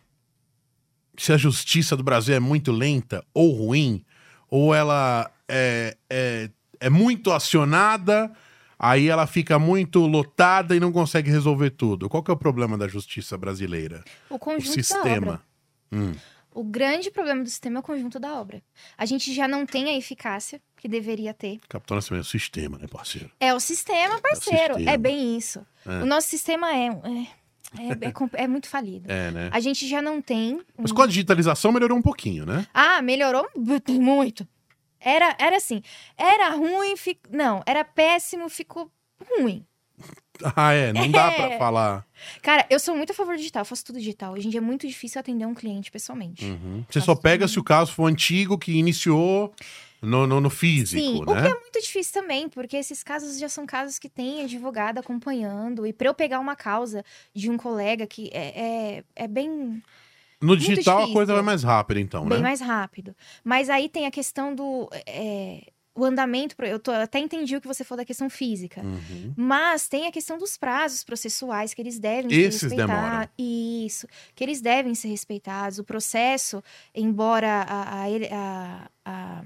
se a justiça do Brasil é muito lenta ou ruim? Ou ela é, é, é muito acionada, aí ela fica muito lotada e não consegue resolver tudo? Qual que é o problema da justiça brasileira?
É O
O
conjunto da obra.
sistema. Hum,
O grande problema do sistema é o conjunto da obra. A gente já não tem a eficácia que deveria ter.
Capitão Nascimento, o sistema, né, parceiro?
É o sistema, parceiro. É,
sistema.
bem isso.
É.
O nosso sistema é, um- é, é- é com- é muito falido.
É, né?
A gente já não tem. um-
Mas com a digitalização melhorou um pouquinho, né?
Ah, melhorou bu- muito. Era, era assim. Era ruim, fi- não. Era péssimo, ficou ruim.
Ah, é, não dá
É.
pra falar.
Cara, eu sou muito a favor do digital. Eu faço tudo digital. Hoje em dia é muito difícil atender um cliente pessoalmente.
Uhum. Você só pega se o caso for antigo que iniciou no, no, no físico,
Sim, o que
né?
é muito difícil também, porque esses casos já são casos que tem advogado acompanhando. E para eu pegar uma causa de um colega que é, é, é bem,
No digital a
difícil.
então, coisa vai mais rápida, então,
bem
né?
mais rápido. Mas aí tem a questão do. é, o andamento, eu, tô, eu até entendi o que você falou da questão física,
Uhum.
mas tem a questão dos prazos processuais que eles devem
Esses
ser respeitados.
demoram.
Isso. Que eles devem ser respeitados. O processo, embora a, a- ele- a- a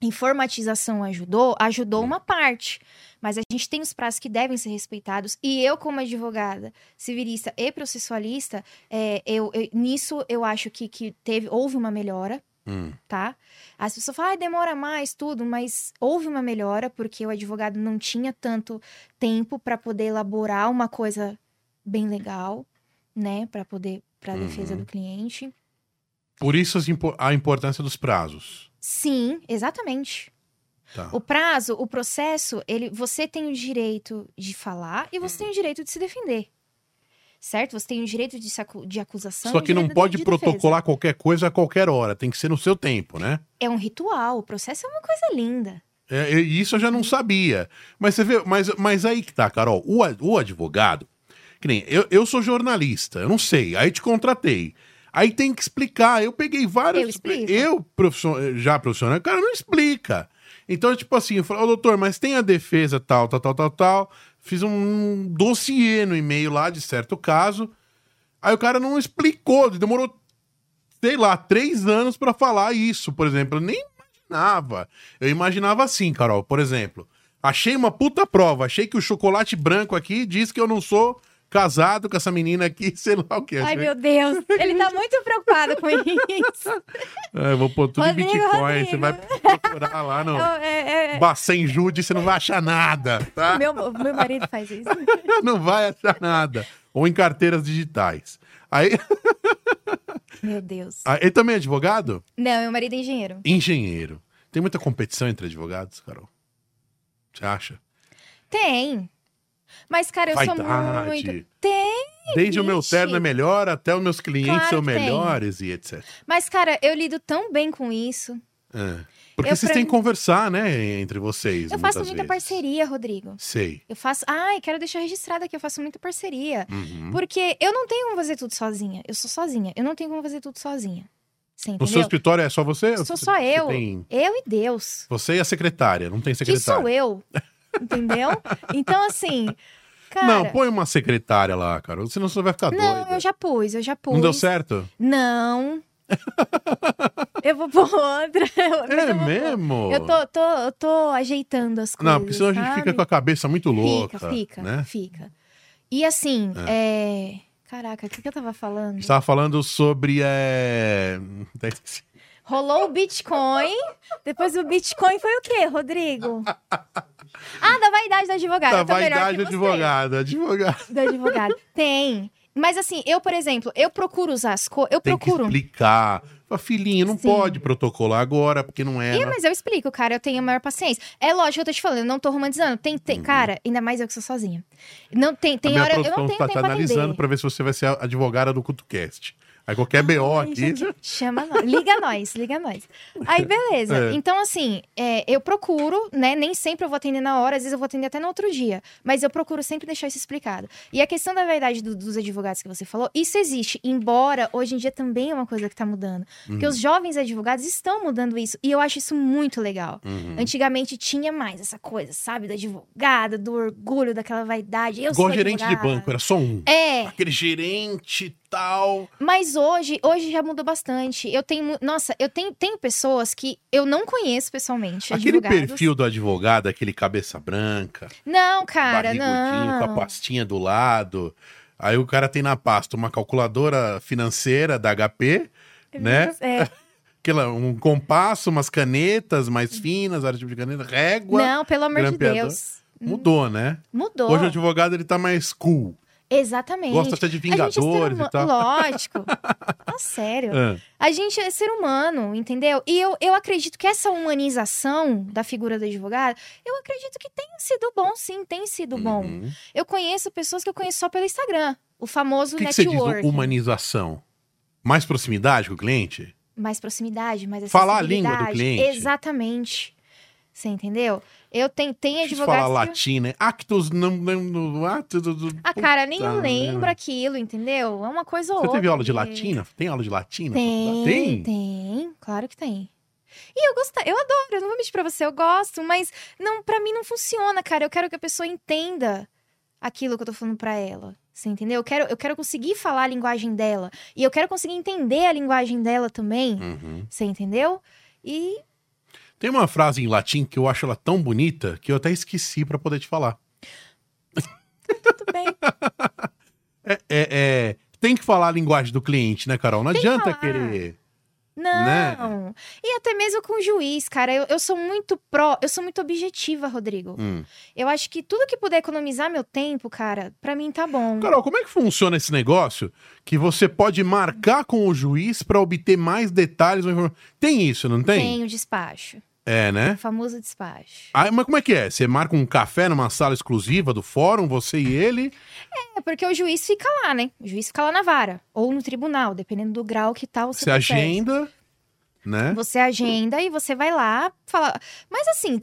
informatização ajudou, ajudou
Uhum.
uma parte. Mas a gente tem os prazos que devem ser respeitados. E eu, como advogada civilista e processualista, é, eu, eu- nisso eu acho que, que teve, houve uma melhora
Hum.
tá? As pessoas falam, ah, demora mais, tudo, mas houve uma melhora, porque o advogado não tinha tanto tempo para poder elaborar uma coisa bem legal, né? Para poder, para
Uhum.
defesa do cliente.
Por isso as impo- a importância dos prazos.
Sim, exatamente.
Tá.
O prazo, o processo, ele, você tem o direito de falar e você tem o direito de se defender. Certo? Você tem o direito de, se acu- de acusação.
Só
e
que
direito
não
é de-
pode
de defesa.
protocolar qualquer coisa a qualquer hora, tem que ser no seu tempo, né?
É um ritual, o processo é uma coisa linda.
É, e isso eu já não sabia. Mas você vê, mas, mas aí que tá, Carol. O, a- o advogado, que nem eu, eu sou jornalista, eu não sei, aí te contratei. Aí tem que explicar. Eu peguei várias.
Eu explico.
eu, profissio- já profissional, o cara não explica. Então, tipo assim, eu falo, ô doutor, mas tem a defesa tal, tal, tal, tal, tal. Fiz um dossiê no e-mail lá de certo caso. Aí o cara não explicou, demorou sei lá, três anos pra falar isso, por exemplo. Eu nem imaginava. Eu imaginava assim, Carol, por exemplo. Achei uma puta prova. Achei que o chocolate branco aqui diz que eu não sou casado com essa menina aqui, sei lá o que.
Ai,
Achei-
meu Deus. Ele tá muito preocupado com isso.
É, eu vou pôr tudo
Rodrigo,
em Bitcoin.
Rodrigo.
Você vai procurar lá no
É, é,
Bacen Jude, você não vai achar nada,
é.
tá?
Meu, meu marido faz isso.
Não vai achar nada. Ou em carteiras digitais. Aí,
Meu Deus.
aí ele também é advogado?
Não, meu marido é engenheiro.
Engenheiro. Tem muita competição entre advogados, Carol? Você acha?
Tem. Mas, cara, eu sou
Vaidade.
muito. Tem.
Desde o meu
Vixe.
terno é melhor até os meus clientes
Claro
são
que tem.
melhores e etc.
Mas, cara, eu lido tão bem com isso.
É. Porque
Eu,
vocês
pra
têm
mim-
que conversar, né, entre vocês.
Eu faço
muitas
muita
vezes.
parceria, Rodrigo.
Sei.
Eu faço. Ai, quero deixar registrado aqui, eu faço muita parceria.
Uhum.
Porque eu não tenho como fazer tudo sozinha. Eu sou sozinha. Eu não tenho como fazer tudo sozinha. Você
No seu
entendeu?
escritório é só você?
Sou
Você-
só
você
eu.
tem-
Eu e Deus.
Você e a secretária, não tem
Que
secretária.
sou eu. Entendeu? Então, assim. Cara,
Não, põe uma secretária lá, cara. Senão você vai ficar
Não,
doido.
eu já pus, eu já pus.
Não deu certo?
Não. eu vou pôr outra. mas eu
é
vou pôr.
mesmo?
Eu tô, tô, eu tô ajeitando as coisas.
Não, porque senão a gente
sabe?
fica com a cabeça muito louca.
Fica, fica,
Né?
fica. E assim, é. Caraca, o que, que eu tava
A
falando?
gente tava falando sobre. É... até esqueci.
Rolou o Bitcoin. Depois o Bitcoin foi o quê, Rodrigo? Ah, da vaidade do advogado.
Da
eu tô melhor
vaidade
que
do
você.
advogado. Advogado.
Do advogado. Tem. Mas assim, eu, por exemplo, eu procuro usar as coisas. Eu
Tem
procuro.
que explicar. Fala, filhinho, não
Sim.
pode protocolar agora, porque não é
Ih,
era.
mas eu explico, cara, eu tenho a maior paciência. É lógico, eu tô te falando, eu não tô romantizando. Tem, tem- Cara, ainda mais eu que sou sozinha. Não tem,
Uhum. a
tem
minha
hora. Eu não
produção
tenho
tá te
tempo pra
analisando
atender.
pra ver se você vai ser a advogada do CutoCast. Aí qualquer BO aqui.
Isso aqui, Chama nós, liga nós, liga nós. Aí, beleza.
É.
Então, assim, é, eu procuro, né? Nem sempre eu vou atender na hora, às vezes eu vou atender até no outro dia. Mas eu procuro sempre deixar isso explicado. E a questão da verdade do- dos advogados que você falou, isso existe. Embora hoje em dia também é uma coisa que tá mudando.
Uhum.
Porque os jovens advogados estão mudando isso. E eu acho isso muito legal.
Uhum.
Antigamente tinha mais essa coisa, sabe? Da advogada, do orgulho, daquela vaidade. Eu
Igual
sou
gerente de
advogada.
banco, era só um.
É,
Aquele gerente e tal.
mas hoje, hoje já mudou bastante. Eu tenho, mu- nossa, eu tenho, tenho pessoas que eu não conheço pessoalmente,
Aquele
advogados.
perfil do advogado, aquele cabeça branca,
Não, cara,
barrigudinho,
não.
com a pastinha do lado. Aí o cara tem na pasta uma calculadora financeira da HP, né?
É,
Aquela, um compasso, umas canetas
Hum.
mais finas, vários tipos de caneta, régua.
não, pelo amor de
Grampeador.
Deus.
Mudou, né?
Mudou.
Hoje o advogado ele tá mais cool.
Exatamente.
Gosta até de
A gente é ser
Vingadores
huma-
e tal.
Lógico. Ah, sério.
Ah,
A gente é ser humano, entendeu? E eu, eu acredito que essa humanização da figura do advogado, eu acredito que tem sido bom, sim, tem sido bom.
uhum.
Eu conheço pessoas que eu conheço só pelo Instagram, o famoso
O que, que você diz?
network.
Humanização. Mais proximidade com o cliente?
Mais proximidade, mais
Falar a língua do
acessibilidade.
cliente.
Exatamente. Você entendeu? Eu tenho, tem
Deixa eu falar
advogados. que-
latim, né? Actus não lembro. Actus do- do-
Ah, cara, nem eu
Puta
lembro
merda.
aquilo, entendeu? É uma coisa ou
Você
outra.
teve aula de
porque-
latina? Tem aula de latina?
Tem,
Tem?
tem, claro que tem. E eu gosto, eu adoro, eu não vou mentir pra você, eu gosto, mas não, para mim não funciona, cara. Eu quero que a pessoa entenda aquilo que eu tô falando pra ela. Você entendeu? Eu quero, eu quero conseguir falar a linguagem dela. E eu quero conseguir entender a linguagem dela também.
Uhum.
Você entendeu? E
Tem uma frase em latim que eu acho ela tão bonita que eu até esqueci pra poder te falar.
tudo bem.
É, é- é- tem que falar a linguagem do cliente, né, Carol? Não
Tem que
adianta
falar.
querer. Né?
Não. E até mesmo com o juiz, cara. Eu, eu sou muito pró, eu sou muito objetiva, Rodrigo.
Hum.
Eu acho que tudo que puder economizar meu tempo, cara, pra mim tá bom.
Carol, como é que funciona esse negócio que você pode marcar com o juiz pra obter mais detalhes? ou informa- Tem isso, não tem?
Tem o despacho.
É,
O
né?
famoso despacho.
Aí, mas como é que é? Você marca um café numa sala exclusiva do fórum, você e ele?
É porque o juiz fica lá, né? O juiz fica lá na vara. Ou no tribunal, dependendo do grau que tal
Você
você processo.
agenda, né?
Você é agenda e você vai lá falar. Mas assim,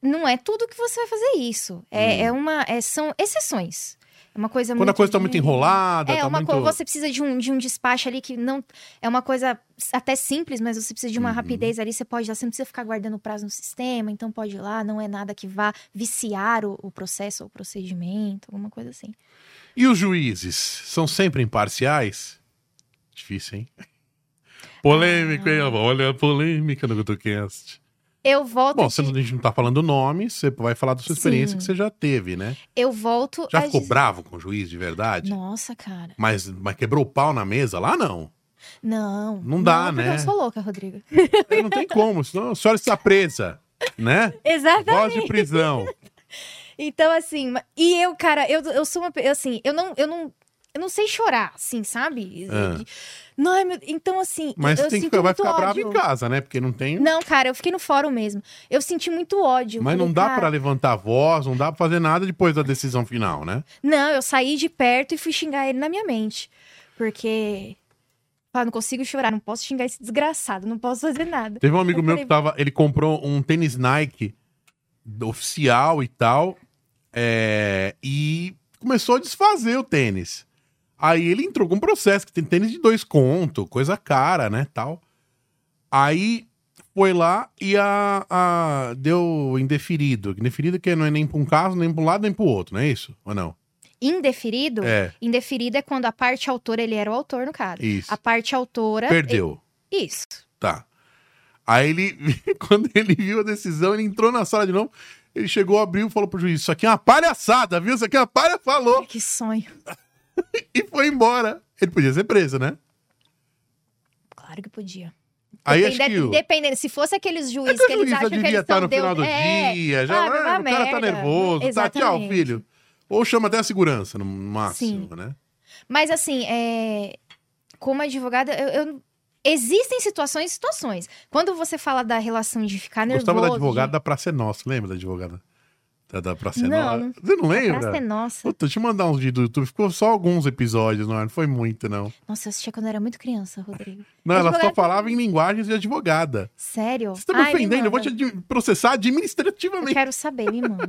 não é tudo que você vai fazer isso. É, é uma. é- são exceções. É uma coisa
Hum. Quando a coisa tá muito
diminuída.
enrolada,
É,
tá
uma
muito...
coisa. Você precisa de um, de um despacho ali que não. É uma coisa até simples, mas você precisa de uma
Uhum.
rapidez ali. Você pode ir lá, você não precisa ficar guardando prazo no sistema, então pode ir lá, não é nada que vá viciar o, o processo ou o procedimento, alguma coisa assim.
E os juízes? São sempre imparciais? Difícil, hein? Polêmico,
Ah.
hein? Olha a polêmica no CutuCast.
Eu volto.
Bom,
a
você
di-
não, a gente não tá falando nome, você vai falar da sua experiência
Sim.
que você já teve, né?
Eu volto.
Já
a
ficou
dizer-
bravo com o juiz de verdade?
Nossa, cara.
Mas, mas quebrou o pau na mesa lá, não.
Não.
Não dá,
porque
né?
Eu sou louca, Rodrigo.
É, Não tem como, senão a senhora está presa, né? Voz
Exatamente.
de prisão.
Então, assim, ma- e eu, cara, eu, eu sou uma. pe- Assim, eu não. Eu não eu não sei chorar, assim, sabe?
Ah.
Não, ai, meu- então, assim.
Mas
eu,
tem que,
sinto
vai
muito
ficar bravo
ódio.
em casa, né? Porque não tem.
Não, cara, eu fiquei no fórum mesmo. Eu senti muito ódio.
mas
Falei,
não dá
cara,
pra levantar a voz, não dá pra fazer nada depois da decisão final, né?
Não, eu saí de perto e fui xingar ele na minha mente. Porque. Ah, não consigo chorar, não posso xingar esse desgraçado, não posso fazer nada.
Teve um amigo
Eu
meu
falei-
que tava. Ele comprou um tênis Nike oficial e tal. é, e começou a desfazer o tênis. Aí ele entrou com um processo, que tem tênis de dois conto, coisa cara, né? Tal. Aí foi lá e a, a- deu indeferido. Indeferido que não é nem pra um caso, nem pra um lado, nem pro outro, não é isso? Ou não?
Indeferido?
É,
Indeferido é quando a parte autora, ele era o autor, no caso.
isso.
A parte autora.
Perdeu.
Isso.
Tá. Aí ele, quando ele viu a decisão, ele entrou na sala de novo. Ele chegou, abriu e falou pro juiz: Isso aqui é uma palhaçada, viu? Isso aqui é uma palha. Falou
Que sonho.
e foi embora. Ele podia ser preso, né?
Claro que podia.
Aí acho
Independe-
que o,
Independente, se fosse aqueles
é
juízes
que o
que eles
juiz já
acham que
devia
eles
estar
são
no final
Deus.
do
é,
dia. Já,
ah, vai
ah,
dar
o cara tá
merda.
nervoso, tá, tchau,
Exatamente.
filho. Ou chama até a segurança, no máximo, né?
Mas assim, é, como advogada, eu, eu- existem situações e situações. Quando você fala da relação de ficar Tá nervoso...
Gostava da advogada da Praça é Nossa, lembra da advogada? Da, da Praça é
Não.
Nossa? Você não
de... Praça é
lembra?
nossa.
Puta, deixa eu mandar uns vídeos do YouTube. Ficou só alguns episódios, não, é? não foi muito, não.
Nossa, eu assistia quando eu era muito criança, Rodrigo.
Não, ela só
Advogada-
falava em linguagens de advogada.
Sério?
Você tá me
é Ai,
ofendendo, eu vou te
manda.
admi- processar
Eu
administrativamente.
quero saber, me manda.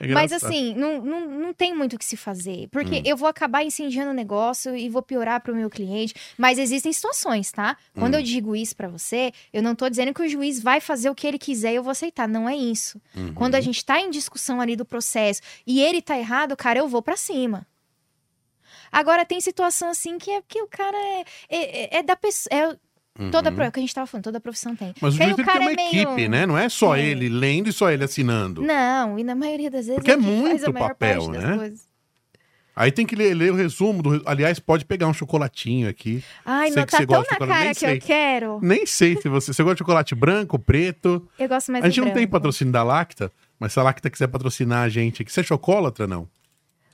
É engraçado.
Mas
Hum.
assim, não, não, não tem muito o que se fazer. Porque eu vou acabar incendiando o negócio e vou piorar pro meu cliente. Mas existem situações, tá? Quando eu
Hum.
digo isso pra você, eu não tô dizendo que o juiz vai fazer o que ele quiser e eu vou aceitar. Não é isso.
Uhum.
Quando a gente tá em discussão ali do processo e ele tá errado, cara, eu vou pra cima. Agora, tem situação assim que é que o cara é, é, é da pessoa. É toda um
Uhum.
pro- é o que a gente tava falando, toda profissão tem.
Mas o
Que aí
juiz ele tem uma equipe, né? Não é só
É.
ele lendo e só ele assinando.
Não, e na maioria das vezes.
Porque é
ele que faz
muito
a maior
papel,
parte das
né?
coisas.
Aí tem que ler, ler o resumo. Do, re- aliás, pode pegar um chocolatinho aqui.
Ai,
Sei
meu,
que
tá
você
tão
gosta de
na
chocolate,
cara
nem
que
sei.
eu quero.
Nem sei se você. Você gosta de chocolate branco, preto?
Eu gosto mais
a gente
do
não tem
é branco.
patrocínio da Lacta, mas se a Lacta quiser patrocinar a gente aqui, você é chocólatra, não?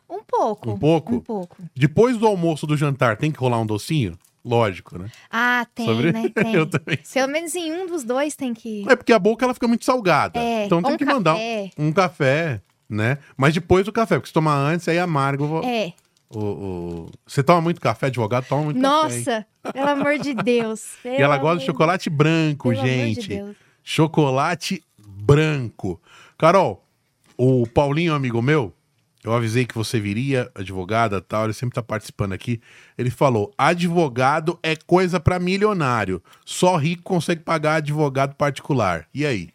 Um pouco.
Um pouco?
Um pouco.
Depois do almoço do jantar, tem que rolar um docinho? Lógico, né?
Ah, tem,
Sobre-
né? Tem.
Eu também
Pelo menos em um dos dois tem que.
É porque a boca ela fica muito salgada.
É,
então tem
ou um
que mandar
café.
um café, né? Mas depois do café, porque se tomar antes, aí é amargo.
É.
O, o- Você toma muito café, advogado, toma muito café. hein?
Nossa, pelo amor de Deus.
E ela gosta de chocolate branco, gente. Chocolate branco. Carol, o Paulinho, amigo meu, Eu avisei que você viria, advogada, tal, ele sempre tá participando aqui. Ele falou: "Advogado é coisa pra milionário. Só rico consegue pagar advogado particular". E aí?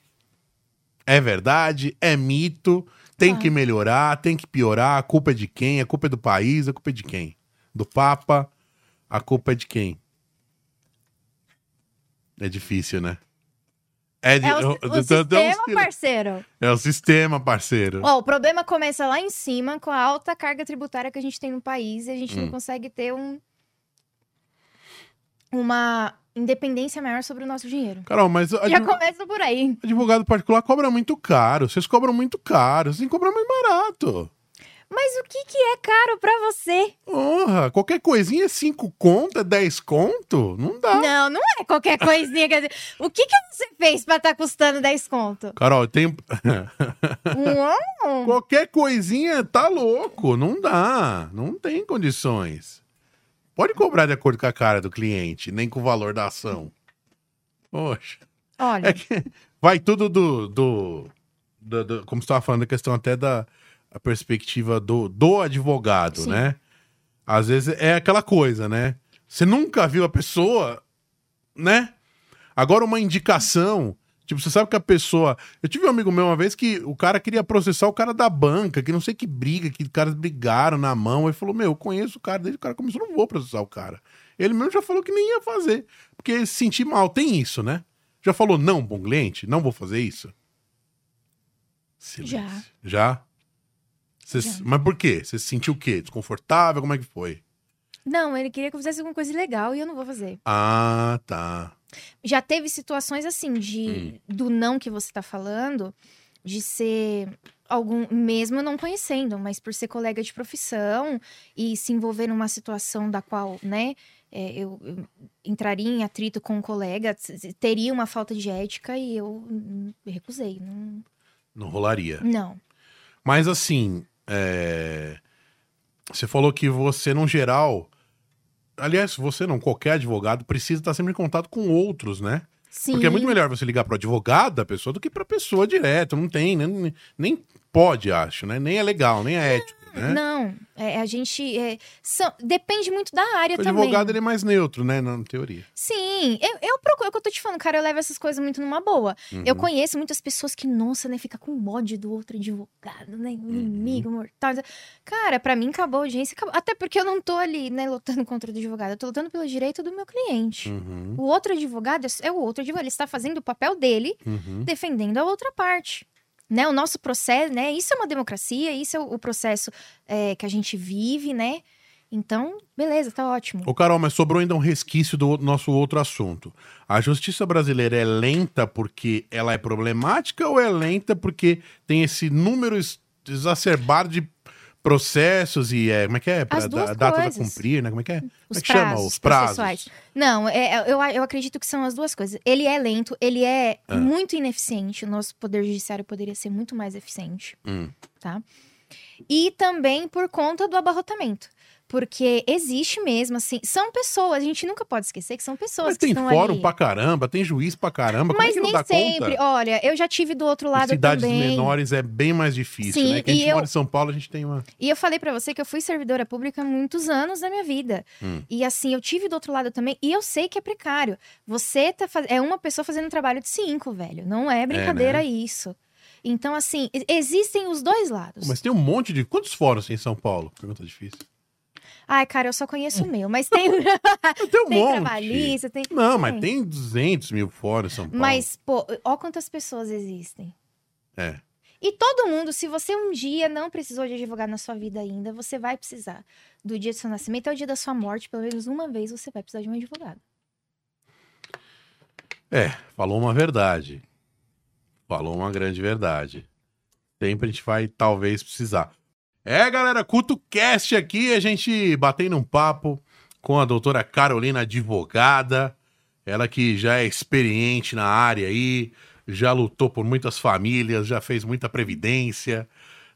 É verdade? É mito? Tem
Ah.
que melhorar, tem que piorar. A culpa é de quem? A culpa é do país, a culpa é de quem? Do papa? A culpa é de quem? É difícil, né? É, de-
É o,
eu-
o
eu- eu-
sistema,
eu-
parceiro.
é o sistema, parceiro.
Ó, o problema começa lá em cima com a alta carga tributária que a gente tem no país e a gente
Hum.
não consegue ter um uma independência maior sobre o nosso dinheiro.
Carol, mas advo-
Já começa por aí.
advogado particular cobra muito caro. Vocês cobram muito caro. Vocês têm que cobrar mais barato.
Mas o que, que é caro pra você?
Porra, qualquer coisinha é 5 conto, é 10 conto? Não dá.
Não, não é qualquer coisinha. Quer dizer, o que, que você fez pra estar custando 10 conto?
Carol, tem.
Hum. Um, um, um.
qualquer coisinha tá louco. Não dá. Não tem condições. Pode cobrar de acordo com a cara do cliente, nem com o valor da ação. Poxa.
Olha,
É que vai tudo do. do, do- do- como você estava falando, a questão até da a perspectiva do, do advogado,
Sim.
né? Às vezes é aquela coisa, né? Você nunca viu a pessoa, né? Agora, uma indicação. Tipo, você sabe que a pessoa. Eu tive um amigo meu uma vez que o cara queria processar o cara da banca, que não sei que briga, que os caras brigaram na mão. Ele falou: Meu, eu conheço o cara desde que o cara começou, eu não vou processar o cara. Ele mesmo já falou que nem ia fazer, porque ele se sentir mal. Tem isso, né? Já falou não, bom cliente? Não vou fazer isso? Silêncio. Já? Cê-
Já.
Mas por quê? Você se sentiu o quê? Desconfortável? Como é que foi?
não, ele queria que eu fizesse alguma coisa legal e eu não vou fazer.
Ah, tá.
já teve situações assim
Hum.
de do não que você tá falando, de ser algum mesmo eu não conhecendo, mas por ser colega de profissão e se envolver numa situação da qual, né, é, eu, eu entraria em atrito com um colega, t- t- teria uma falta de ética e eu hum, recusei, não.
Não rolaria.
não.
Mas assim, é, você falou que você, no geral. Aliás, você não, qualquer advogado precisa estar sempre em contato com outros, né?
Sim.
Porque é muito melhor você ligar pro advogado da pessoa do que pra pessoa direto. Não tem, né? nem, nem pode, acho, né? Nem é legal, nem é ético, né?
Não, é, a gente é, são- depende muito da área
O
também.
advogado ele é mais neutro, né? Na teoria.
Sim, eu, eu procuro, é o que eu tô te falando, cara, eu levo essas coisas muito numa boa. Eu
Uhum.
conheço muitas pessoas que, nossa, né, fica com ódio do outro advogado, né,
Uhum.
inimigo, mortal. Cara, pra mim acabou a audiência, acabou. até porque eu não tô ali, né, lutando contra o advogado, eu tô lutando pelo direito do meu cliente.
Uhum,
O outro advogado é- é o outro advogado, ele está fazendo o papel dele,
uhum.
defendendo a outra parte. Né, o nosso processo, né, isso é uma democracia, isso é o o processo é, que a gente vive, né, então, beleza, tá ótimo.
Ô, Carol, mas sobrou ainda um resquício do nosso outro assunto. A justiça brasileira é lenta porque ela é problemática ou é lenta porque tem esse número es- exacerbado de processos e é, como é que é? Pra-
As duas
data
coisas.
a cumprir, né? Como é que é? Como
Os
é que chama?
prazos
Os prazos.
processuais. Não, é- é- eu, eu acredito que são as duas coisas. Ele é lento, ele é
Ah.
muito ineficiente. O nosso poder judiciário poderia ser muito mais eficiente. tá?
Hum.
E também por conta do abarrotamento. Porque existe mesmo, assim, são pessoas, a gente nunca pode esquecer que são pessoas
Mas
que
tem
estão
fórum
ali.
pra caramba, tem juiz pra caramba. como é
Mas
que não
nem
dá
sempre.
conta?
Olha, eu já tive do outro
Em
lado
cidades
também.
menores é bem mais difícil,
Sim,
né? Que a gente
e eu-
mora em São Paulo, a gente tem uma.
E eu falei pra você que eu fui servidora pública há muitos anos da minha vida.
Hum.
E assim, eu tive do outro lado também. E eu sei que é precário. Você tá faz... é uma pessoa fazendo um trabalho de cinco, velho. Não é brincadeira isso. Então, assim, e- existem os dois lados.
Mas tem um monte de. Quantos fóruns tem em São Paulo? Pergunta difícil.
Ai, cara, eu só conheço o meu. Mas tem,
Tem Hum. um
Ah, tem
monte.
trabalhista, tem.
Não, mas tem um 200 mil fóruns em São Paulo.
Hum. Mas, pô, ó quantas pessoas existem.
É.
E todo mundo, se você um dia não precisou de advogado na sua vida ainda, você vai precisar. Do dia do seu nascimento ao dia da sua morte, pelo menos uma vez você vai precisar de um advogado.
É, falou uma verdade. Falou uma grande verdade. Sempre a gente vai, talvez, precisar. É, galera, CutoCast aqui, a gente batendo um papo com a doutora Carolina Advogada, ela que já é experiente na área aí, já lutou por muitas famílias, já fez muita previdência,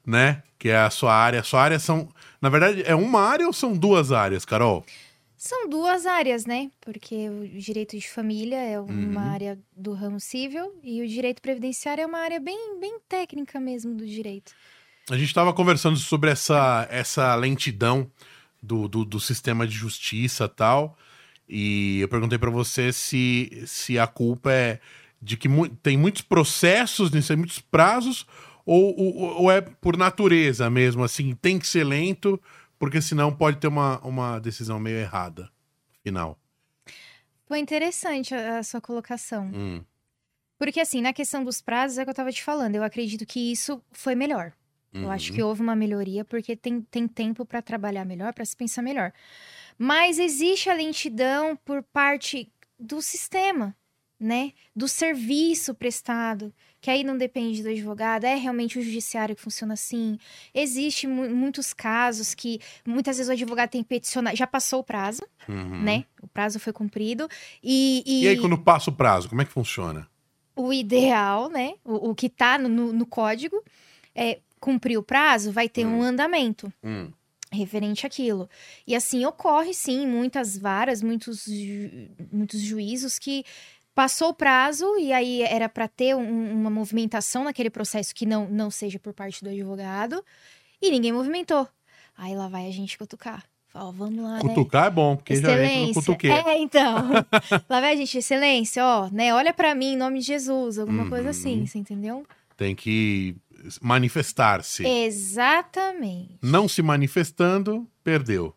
né? Que é a sua área. A sua área são... Na verdade, é uma área ou são duas áreas, Carol?
São duas áreas, né? Porque o direito de família é uma
Uhum.
área do ramo civil e o direito previdenciário é uma área bem, bem técnica mesmo do direito.
A gente estava conversando sobre essa, essa lentidão do, do, do sistema de justiça e tal. E eu perguntei para você se, se a culpa é de que mu- tem muitos processos nisso, aí, muitos prazos, ou, ou, ou é por natureza mesmo, assim, tem que ser lento, porque senão pode ter uma, uma decisão meio errada. Final.
Foi interessante a, a sua colocação.
Hum,
Porque, assim, na questão dos prazos, é o que eu tava te falando. Eu acredito que isso foi melhor. Eu acho
uhum.
que houve uma melhoria, porque tem, tem tempo para trabalhar melhor, para se pensar melhor. Mas existe a lentidão por parte do sistema, né? Do serviço prestado, que aí não depende do advogado, é realmente o judiciário que funciona assim. Existem muitos casos que muitas vezes o advogado tem que peticionar, já passou o prazo,
Uhum.
né? O prazo foi cumprido. E,
E aí, quando passa o prazo, como é que funciona?
o ideal, né? O, o que tá no, no- no código é cumprir o prazo, vai ter um andamento
Hum,
referente àquilo. E assim ocorre, sim, muitas varas, muitos, ju- muitos juízos que passou o prazo e aí era para ter um- uma movimentação naquele processo que não, não seja por parte do advogado e ninguém movimentou. Aí lá vai a gente cutucar. Fala, vamos lá, né?
Cutucar é bom, porque já entra no cutuqueiro.
É, então. Lá vai, gente, excelência, ó, né? Olha pra mim, em nome de Jesus, alguma coisa assim,
Uhum.
você entendeu?
Tem que manifestar-se.
É. Exatamente.
Não se manifestando, perdeu.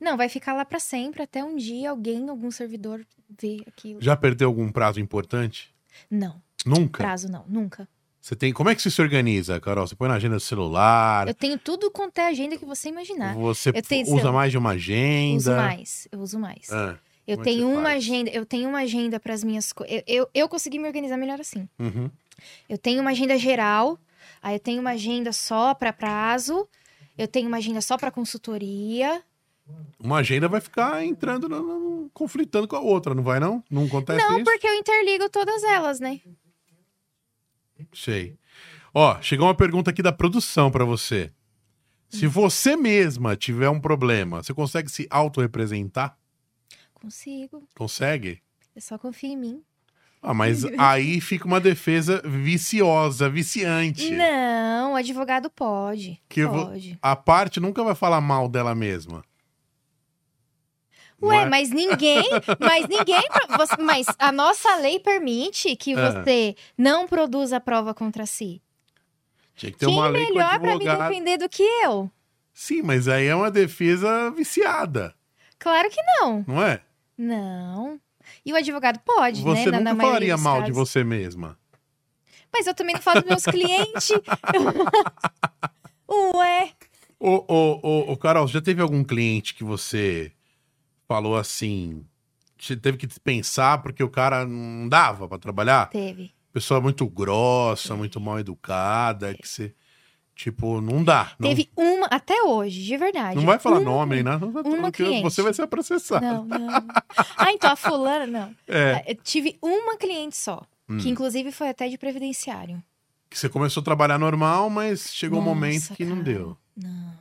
Não, vai ficar lá pra sempre, até um dia alguém, algum servidor ver aquilo.
Já perdeu algum prazo importante?
Não,
Nunca.
prazo não, nunca.
Você tem. Como é que você se organiza, Carol? Você põe na agenda do celular?
Eu tenho tudo quanto é agenda que você imaginar.
Você
Eu tenho-
usa mais de uma agenda?
Uso mais, eu uso mais.
Ah,
eu
como é que
tenho
você
uma
faz?
agenda, eu tenho uma agenda para as minhas coisas. Eu, eu, eu consegui me organizar melhor assim.
uhum.
Eu tenho uma agenda geral, aí eu tenho uma agenda só para prazo, eu tenho uma agenda só para consultoria.
Uma agenda vai ficar entrando, no- no- no- conflitando com a outra, não vai não? Não acontece
Não,
isso?
porque eu interligo todas elas, né?
Sei. Ó, chegou uma pergunta aqui da produção pra você. Se
Hum.
você mesma tiver um problema, você consegue se autorrepresentar?
Consigo.
Consegue?
Eu só confio em mim.
Ah, mas aí fica uma defesa viciosa, viciante.
Não, o advogado pode.
Que eu vou-
pode.
A parte nunca vai falar mal dela mesma. Não
Ué,
é?
mas ninguém, mas ninguém, pro- você- mas a nossa lei permite que
Ah.
você não produza prova contra si.
Tinha que ter
Quem é
uma lei com
melhor pra me
advogado.
defender do que eu?
Sim, mas aí é uma defesa viciada,
Claro que não.
não é?
Não. E o advogado pode, né?
você
na- na
nunca falaria
maioria dos
mal de
casos.
você mesma.
Mas eu também não falo dos meus clientes. Ué.
Ô, ô, ô, ô, Carol, já teve algum cliente que você falou assim, te- teve que dispensar porque o cara não dava pra trabalhar?
Teve.
Pessoa muito grossa, muito mal educada, que você, tipo, não dá. Não,
Teve uma, até hoje, de verdade.
não vai falar
uma,
nome nem nada, porque
cliente.
você vai ser processado.
Não, não. Ah, então a fulana, não. Ah,
É,
Eu tive uma cliente só,
hum,
que inclusive foi até de previdenciário.
que você começou a trabalhar normal, mas chegou um
Nossa,
momento que não
cara.
deu.
Não.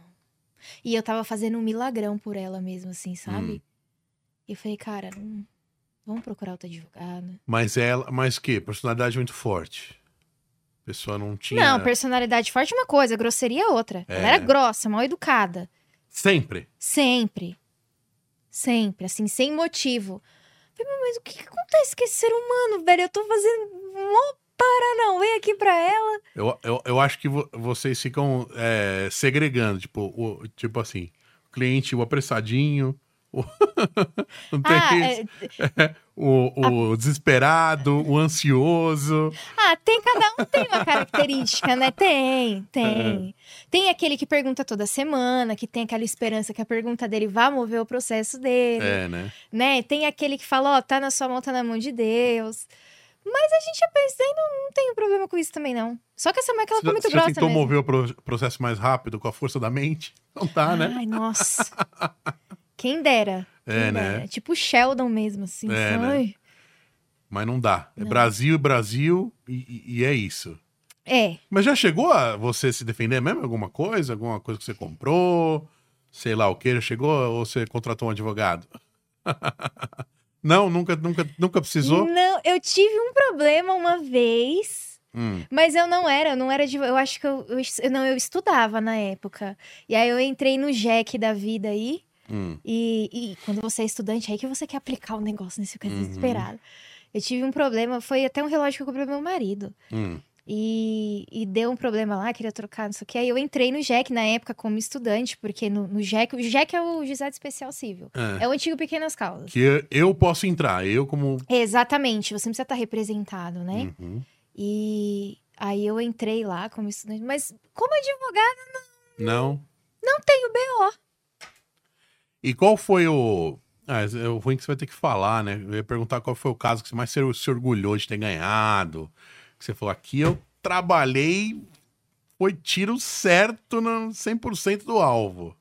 E eu tava fazendo um milagrão por ela mesmo, assim, sabe?
Hum.
E eu falei, cara, hum, vamos procurar outro advogado.
Mas ela, mas que? Personalidade muito forte. A pessoa não tinha.
Não, personalidade forte é uma coisa, grosseria é outra.
É.
Ela era grossa, mal educada.
Sempre.
Sempre. Sempre, assim, sem motivo. Falei, "Meu, mas o que, que acontece com esse ser humano, velho? Eu tô fazendo mó paranauê aqui pra ela.
Eu, eu, eu acho que vo- vocês ficam é, segregando, tipo, o, tipo assim, o cliente, o apressadinho, o, não tem
Ah,
isso?
é,
o, o desesperado, o ansioso.
ah, tem, cada um tem uma característica, né? Tem, tem.
É.
Tem aquele que pergunta toda semana, que tem aquela esperança que a pergunta dele vá mover o processo dele,
É, né?
né? Tem aquele que fala, ó, tá na sua mão, tá na mão de Deus. Mas a gente já pensa, "Ei, não, não tenho problema com isso também, não. Só que essa mãe que ela
Você
foi
já,
muito
você já
grossa
tentou
mesmo.
mover o pro- processo mais rápido com a força da mente? Não tá, né?
Ai, nossa. Quem dera.
É,
quem
né?
dera. Tipo o Sheldon mesmo, assim.
É,
sabe?
né? Mas não dá. É
Não.
Brasil, Brasil e, e- e é isso.
É.
Mas já chegou a você se defender mesmo? em Alguma coisa? Alguma coisa que você comprou? Sei lá o que? Já chegou ou você contratou um advogado? Não, nunca, nunca, nunca precisou?
Não, eu tive um problema uma vez
Hum.
Mas eu não era, eu não era de. Eu acho que eu, eu es- eu não, eu estudava na época. E aí eu entrei no Jack da vida aí.
Hum.
E, e quando você é estudante, aí que você quer aplicar o negócio, né? Você fica
Uhum.
desesperado. Eu tive um problema, foi até um relógio que eu comprei pro meu marido.
Hum.
E, e deu um problema lá, queria trocar, não sei o que. Aí eu entrei no Jack na época como estudante, porque no, no Jack. O Jack é o Juizado Especial Civil.
É.
É o antigo Pequenas Causas.
Que eu posso entrar, eu como.
Exatamente, você não precisa estar representado, né?
Uhum.
E aí eu entrei lá como estudante, mas como advogado,
Não.
não tenho BO.
E qual foi o. Ah, é o ruim que você vai ter que falar, né? Eu ia perguntar qual foi o caso que você mais se se orgulhou de ter ganhado. Que você falou, aqui eu trabalhei, foi tiro certo no 100% do alvo.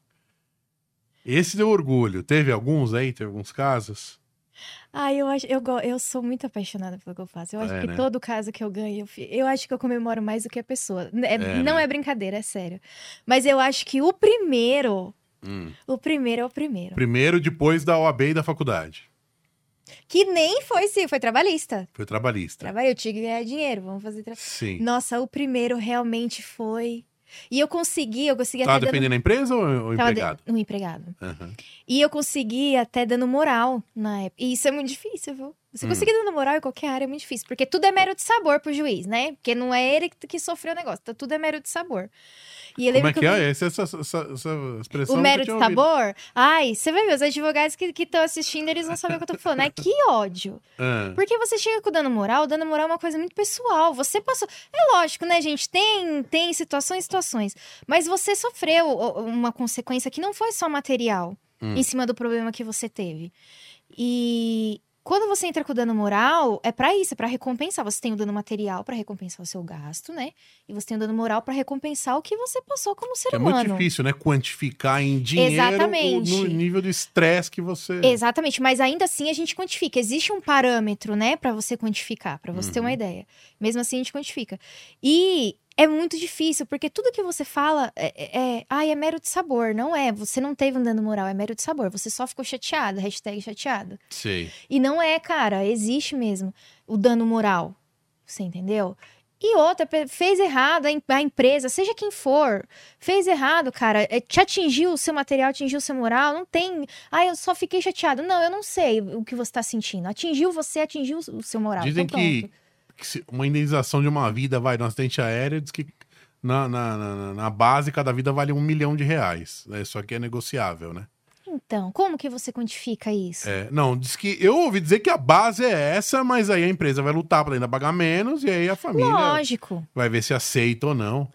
Esse deu orgulho. Teve alguns aí? Teve alguns casos?
Ai, eu acho, eu, go- eu sou muito apaixonada pelo que eu faço. Eu acho
É,
que
né?
todo caso que eu ganho, eu, fi- eu acho que eu comemoro mais do que a pessoa. N- é-
É,
não
né?
é brincadeira, é sério. Mas eu acho que o primeiro,
Hum.
o primeiro é o primeiro.
Primeiro, depois da OAB e da faculdade.
Que nem foi sim, foi trabalhista.
Foi trabalhista.
Trabalhei, eu tinha que ganhar dinheiro, vamos fazer tra...
Sim.
Nossa, o primeiro realmente foi. E eu consegui, eu consegui
Tava
até dando-
Tá defendendo a empresa ou ou
tava de-
empregado?
Um empregado.
Aham.
E eu consegui até dando moral na época. E isso é muito difícil, viu? Você
Hum.
conseguir dando moral em qualquer área é muito difícil. Porque tudo é mero de sabor pro juiz, né? Porque não é ele que que sofreu o negócio. Então tudo é mero de sabor. E eu
Como
lembro
é que
eu-
é? Essa, essa, essa, essa expressão.
O tá
eu
mero de
tinha ouvido.
sabor? Ai, você vai ver, os advogados que estão assistindo, eles vão saber o que eu tô falando. Ai, que ódio.
Ah,
Porque você chega com o dano moral, o dano moral é uma coisa muito pessoal. Você passou. É lógico, né, gente? Tem, tem situações e situações. Mas você sofreu o- uma consequência que não foi só material
Hum.
em cima do problema que você teve. E quando você entra com o dano moral, é pra isso, é pra recompensar. Você tem o dano material pra recompensar o seu gasto, né? E você tem o dano moral pra recompensar o que você passou como ser
é muito
humano.
difícil, né? Quantificar em dinheiro
Exatamente.
o- no nível de estresse que você.
Exatamente, mas ainda assim a gente quantifica. Existe um parâmetro, né, Pra você quantificar, pra você ter uma
Uhum.
ideia. Mesmo assim a gente quantifica. E é muito difícil, porque tudo que você fala é, é, é, ai, é mero de sabor, não é? Você não teve um dano moral, é mero de sabor. Você só ficou chateado, hashtag chateado.
Sei.
E não é, cara, existe mesmo o dano moral. Você entendeu? E outra, pe- fez errado a, em- a empresa, seja quem for, fez errado, cara, é, te atingiu o seu material, atingiu o seu moral, não tem. Ah, eu só fiquei chateado. Não, eu não sei o que você tá sentindo. Atingiu você, atingiu o seu moral.
Dizem
então
que,
pronto.
que se- uma indenização de uma vida vai no acidente aéreo, diz que na, na, na- na- na base cada vida vale um milhão de reais. né? Isso aqui é negociável, né?
Então, como que você quantifica isso?
É, não, diz que eu ouvi dizer que a base é essa, mas aí a empresa vai lutar para ainda pagar menos e aí a família
Lógico.
vai ver se aceita ou não.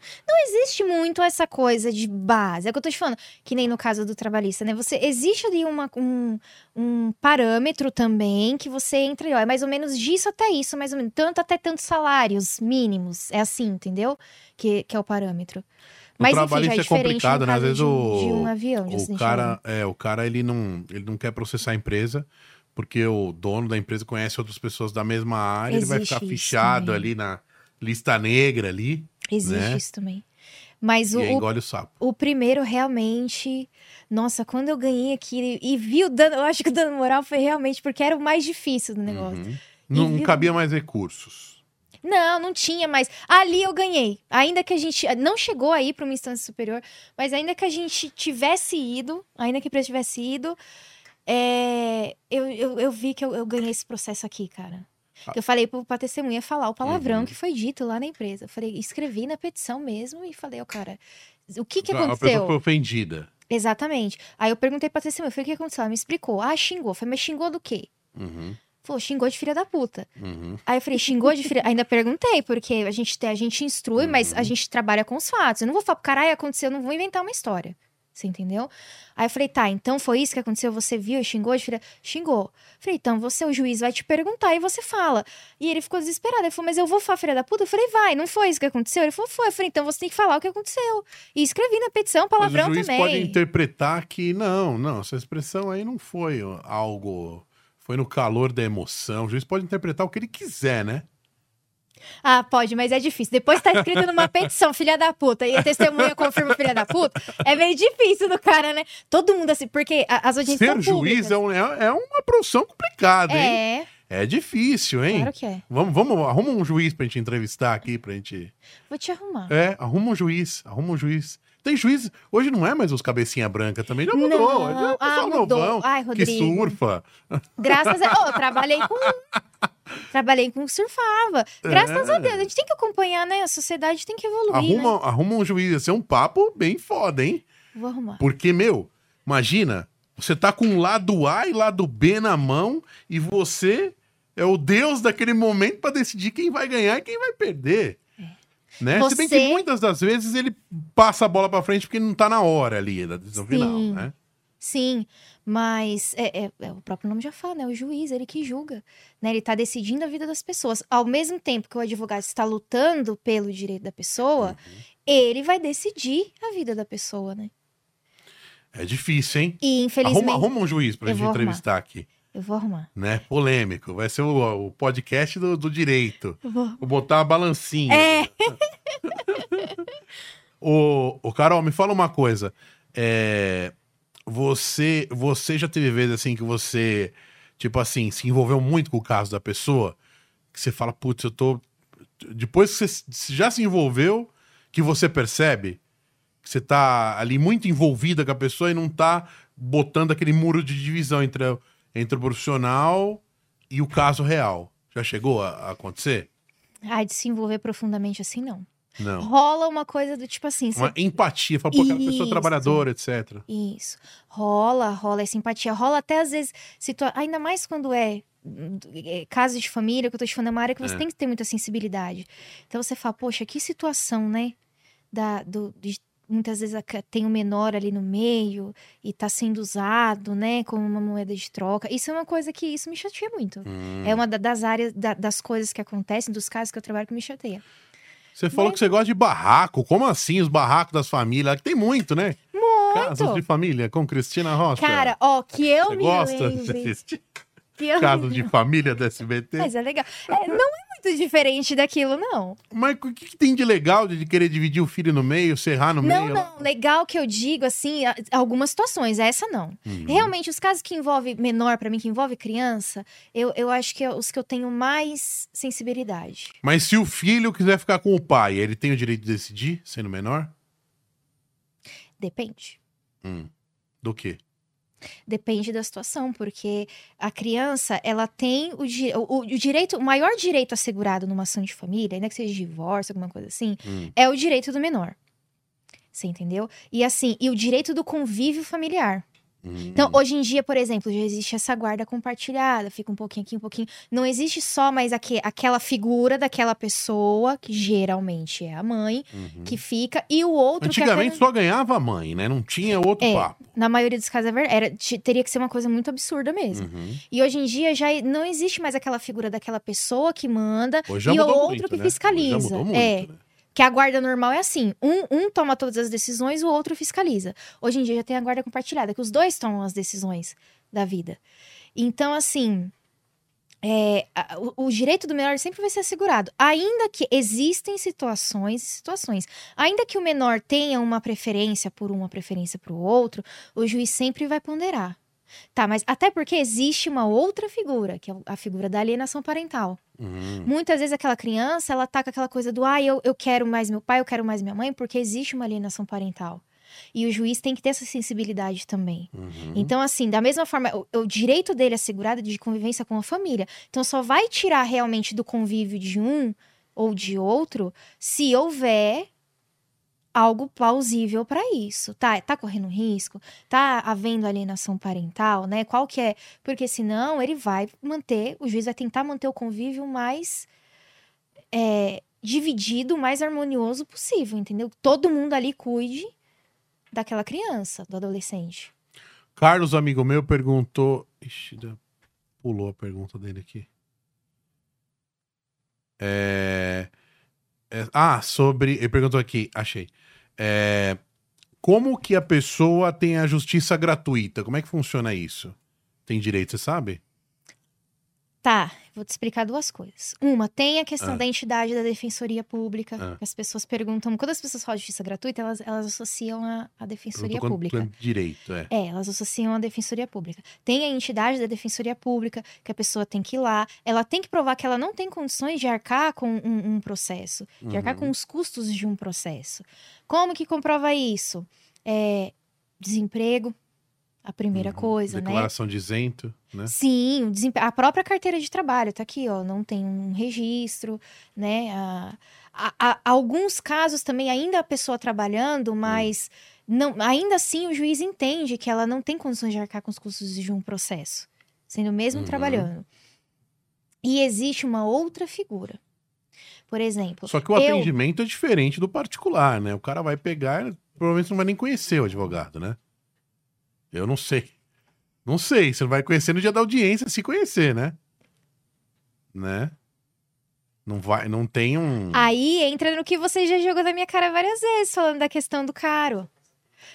existe muito essa coisa de base. É o que eu tô te falando. Que nem no caso do trabalhista, né? Você existe ali uma, um, um parâmetro também que você entra e ó, é mais ou menos disso até isso, mais ou menos. Tanto até tantos salários mínimos. É assim, entendeu? Que, que é o parâmetro. Mas enfim, já
trabalhista
é
é
diferente
complicado,
no
né? Às
caso
vezes
de, um-
o-
de um avião, de um
O
acidente
cara, é, o cara ele não, ele não quer processar a empresa porque o dono da empresa conhece outras pessoas da mesma área, ele vai
Existe
ficar
isso
fichado
também.
ali na lista negra ali
Existe
né?
isso também. Mas o,
e é aí
o
engole o sapo.
O primeiro realmente. Nossa, quando eu ganhei aquilo e vi o dano, eu acho que o dano moral foi realmente porque era o mais difícil do negócio.
Uhum. Não
viu?
cabia mais recursos.
Não, não tinha mais. Ali eu ganhei. Ainda que a gente não chegou aí para uma instância superior, mas ainda que a gente tivesse ido, ainda que a empresa tivesse ido, é, eu, eu, eu vi que eu, eu ganhei esse processo aqui, cara.
Ah.
Eu falei pro- pra testemunha falar o palavrão
Uhum.
que foi dito lá na empresa. Eu falei, escrevi na petição mesmo e falei, ó, cara, o que que
Ah, a pessoa
aconteceu?
foi ofendida.
Exatamente. Aí eu perguntei pra testemunha, eu falei, o que aconteceu? Ela me explicou. Ah, xingou. Eu falei, mas xingou do quê?
Uhum,
Falou, xingou de filha da puta.
uhum.
Aí eu falei, xingou de filha... Ainda perguntei, porque a gente, tem- a gente instrui, mas a
Uhum.
gente trabalha com os fatos. Eu não vou falar, caralho, aconteceu, eu não vou inventar uma história. Você entendeu? Aí eu falei, tá, então foi isso que aconteceu, você viu, e xingou de filha... Xingou. Falei, então você, o juiz vai te perguntar e você fala. E ele ficou desesperado. Ele falou, mas eu vou falar filha da puta? Eu falei, vai, não foi isso que aconteceu? Ele falou, foi. Eu falei, então você tem que falar o que aconteceu. E escrevi na petição,
Mas
palavrão
o juiz
também.
pode interpretar que não, não, essa expressão aí não foi algo. Foi no calor da emoção. O juiz pode interpretar o que ele quiser, né?
Ah, pode, mas é difícil. Depois tá escrito numa petição, filha da puta, e a testemunha confirma filha da puta, é meio difícil do cara, né? Todo mundo assim, porque a- as audiências
Ser
são
juiz é,
públicas.
um- é- é uma profissão complicada, hein?
É,
É difícil, hein?
Claro que é.
Vamos, vamos, arruma um juiz pra gente entrevistar aqui, pra gente.
Vou te arrumar.
É, arruma um juiz, arruma um juiz. Tem juiz, hoje não é mais os cabecinha branca também, já mudou.
Não,
já é o pessoal
ah, mudou.
novão
Ai,
que
Rodrigo.
surfa.
Graças a Deus. trabalhei com. um. Trabalhei com surfava. Graças
É.
a Deus. A gente tem que acompanhar, né? A sociedade tem que evoluir.
Arruma,
né?
arruma um juiz, ia ser um papo bem foda, hein?
Vou arrumar.
Porque, meu, imagina, você tá com lado A e lado B na mão e você é o deus daquele momento pra decidir quem vai ganhar e quem vai perder. Né? Se bem que
É. Você-
muitas das vezes ele passa a bola pra frente porque não tá na hora ali da decisão
Sim.
final, né?
Sim, mas é, é- é, o próprio nome já fala, né? O juiz, ele que julga, né? Ele tá decidindo a vida das pessoas. Ao mesmo tempo que o advogado está lutando pelo direito da pessoa,
Uhum.
ele vai decidir a vida da pessoa, né?
É difícil, hein?
E infelizmente
Arruma, arruma um juiz pra
Eu
gente
vou arrumar.
entrevistar aqui,
eu vou arrumar.
né? Polêmico. Vai ser o, o podcast do, do direito.
Eu vou.
Vou botar uma balancinha.
É.
Ô, ô, Carol, me fala uma coisa. É, você, você já teve vezes assim que você, tipo assim, se envolveu muito com o caso da pessoa? Que você fala, putz, eu tô. Depois que você se- já se envolveu, que você percebe que você tá ali muito envolvida com a pessoa e não tá botando aquele muro de divisão entre, a- entre o profissional e o caso real. Já chegou a, a acontecer?
Ai, de se envolver profundamente assim, não.
Não.
Rola uma coisa do tipo assim,
Uma empatia, fala, pô, aquela pessoa é
Isso.
trabalhadora, etc.
Isso. Rola, rola é simpatia. Rola até às vezes, situa... ainda mais quando é, hum, é caso de família, que eu tô te falando, é uma área que você
É.
tem que ter muita sensibilidade. Então você fala, poxa, que situação, né? Da, do, de- muitas vezes a ca- tem um menor ali no meio e tá sendo usado, né, como uma moeda de troca. Isso é uma coisa que isso me chateia muito.
Hum.
É uma da- das áreas, da- das coisas que acontecem, dos casos que eu trabalho que me chateia.
Você falou
Né?
que você gosta de barraco. Como assim os barracos das famílias? Tem muito, né? Casos de família com Cristina Rocha.
Cara, ó, que eu
você
me
gosta de
lembre.
assistir
que eu me
casos de família da SBT? Mas
Mas é legal. É, não é muito diferente daquilo, não.
o que, que tem de legal de querer dividir o filho no meio, serrar no
Não,
meio?
não. Legal que eu digo, assim, a- algumas situações. Essa não.
Uhum.
Realmente, os casos que envolvem menor, pra mim, que envolve criança, eu, eu acho que é os que eu tenho mais sensibilidade.
Mas se o filho quiser ficar com o pai, ele tem o direito de decidir, sendo menor?
Depende.
Hum. Do quê?
Depende da situação, porque a criança, ela tem o, di- o, o direito, o maior direito assegurado numa ação de família, ainda que seja divórcio, alguma coisa assim,
Hum.
é o direito do menor. Você entendeu? E assim, e o direito do convívio familiar.
Hum.
Então, hoje em dia, por exemplo, já existe essa guarda compartilhada, fica um pouquinho aqui, um pouquinho. Não existe só mais aque- aquela figura daquela pessoa, que geralmente é a mãe,
Uhum.
que fica, e o outro que é
Antigamente
apenas-
só ganhava a mãe, né? Não tinha outro
É.
papo.
Na maioria dos casos é verdade. Era- te- teria que ser uma coisa muito absurda mesmo.
Uhum.
E hoje em dia já e- não existe mais aquela figura daquela pessoa que manda,
Hoje já
E o
mudou
outro
muito,
que
né?
fiscaliza.
Hoje já mudou muito,
É.
né?
que a guarda normal é assim: um, um toma todas as decisões, o outro fiscaliza. Hoje em dia já tem a guarda compartilhada, que os dois tomam as decisões da vida. Então, assim, é, a- o, o direito do menor sempre vai ser assegurado. Ainda que existem situações e situações. Ainda que o menor tenha uma preferência por um, uma preferência para o outro, o juiz sempre vai ponderar. Tá, mas até porque existe uma outra figura, que é a figura da alienação parental.
Uhum.
Muitas vezes aquela criança, ela tá com aquela coisa do, ah, eu, eu quero mais meu pai, eu quero mais minha mãe, porque existe uma alienação parental. E o juiz tem que ter essa sensibilidade também.
Uhum.
Então, assim, da mesma forma, o, o direito dele é assegurado de convivência com a família. Então, só vai tirar realmente do convívio de um ou de outro se houver algo plausível para isso, tá? Tá correndo risco? Tá havendo alienação parental, né? Qual que é? Porque senão ele vai manter, o juiz vai tentar manter o convívio mais é, dividido, o mais harmonioso possível, entendeu? Todo mundo ali cuide daquela criança, do adolescente.
Carlos, amigo meu, perguntou. Ixi, deu- pulou a pergunta dele aqui. É... é- Ah, sobre. Ele perguntou aqui, achei. É, Como que a pessoa tem a justiça gratuita? Como é que funciona isso? Tem direito, você sabe?
Tá, vou te explicar duas coisas. Uma, tem a questão
Ah.
da entidade da defensoria pública,
Ah.
que as pessoas perguntam. Quando as pessoas falam de justiça gratuita, elas, elas associam a, a defensoria
Perguntou quanto
pública.
plano de direito, é.
É, elas associam a defensoria pública. Tem a entidade da defensoria pública, que a pessoa tem que ir lá, ela tem que provar que ela não tem condições de arcar com um, um processo, de arcar
Uhum.
com os custos de um processo. Como que comprova isso? É, desemprego, a primeira
Uhum.
coisa, né?
Declaração de isento, né?
Sim, o desempre- a própria carteira de trabalho tá aqui, ó, não tem um registro, né? A- a- a- alguns casos também ainda a pessoa
Hum.
trabalhando, mas não, ainda assim o juiz entende que ela não tem condições de arcar com os custos de um processo, sendo mesmo
Uhum.
trabalhando. E existe uma outra figura. Por exemplo,
Só que o
eu-
atendimento é diferente do particular, né? O cara vai pegar e provavelmente não vai nem conhecer o advogado, né? Eu não sei. Não sei. Você vai conhecer no dia da audiência se conhecer, né? Né? Não vai, não tem um.
aí entra no que você já jogou na minha cara várias vezes, falando da questão do caro.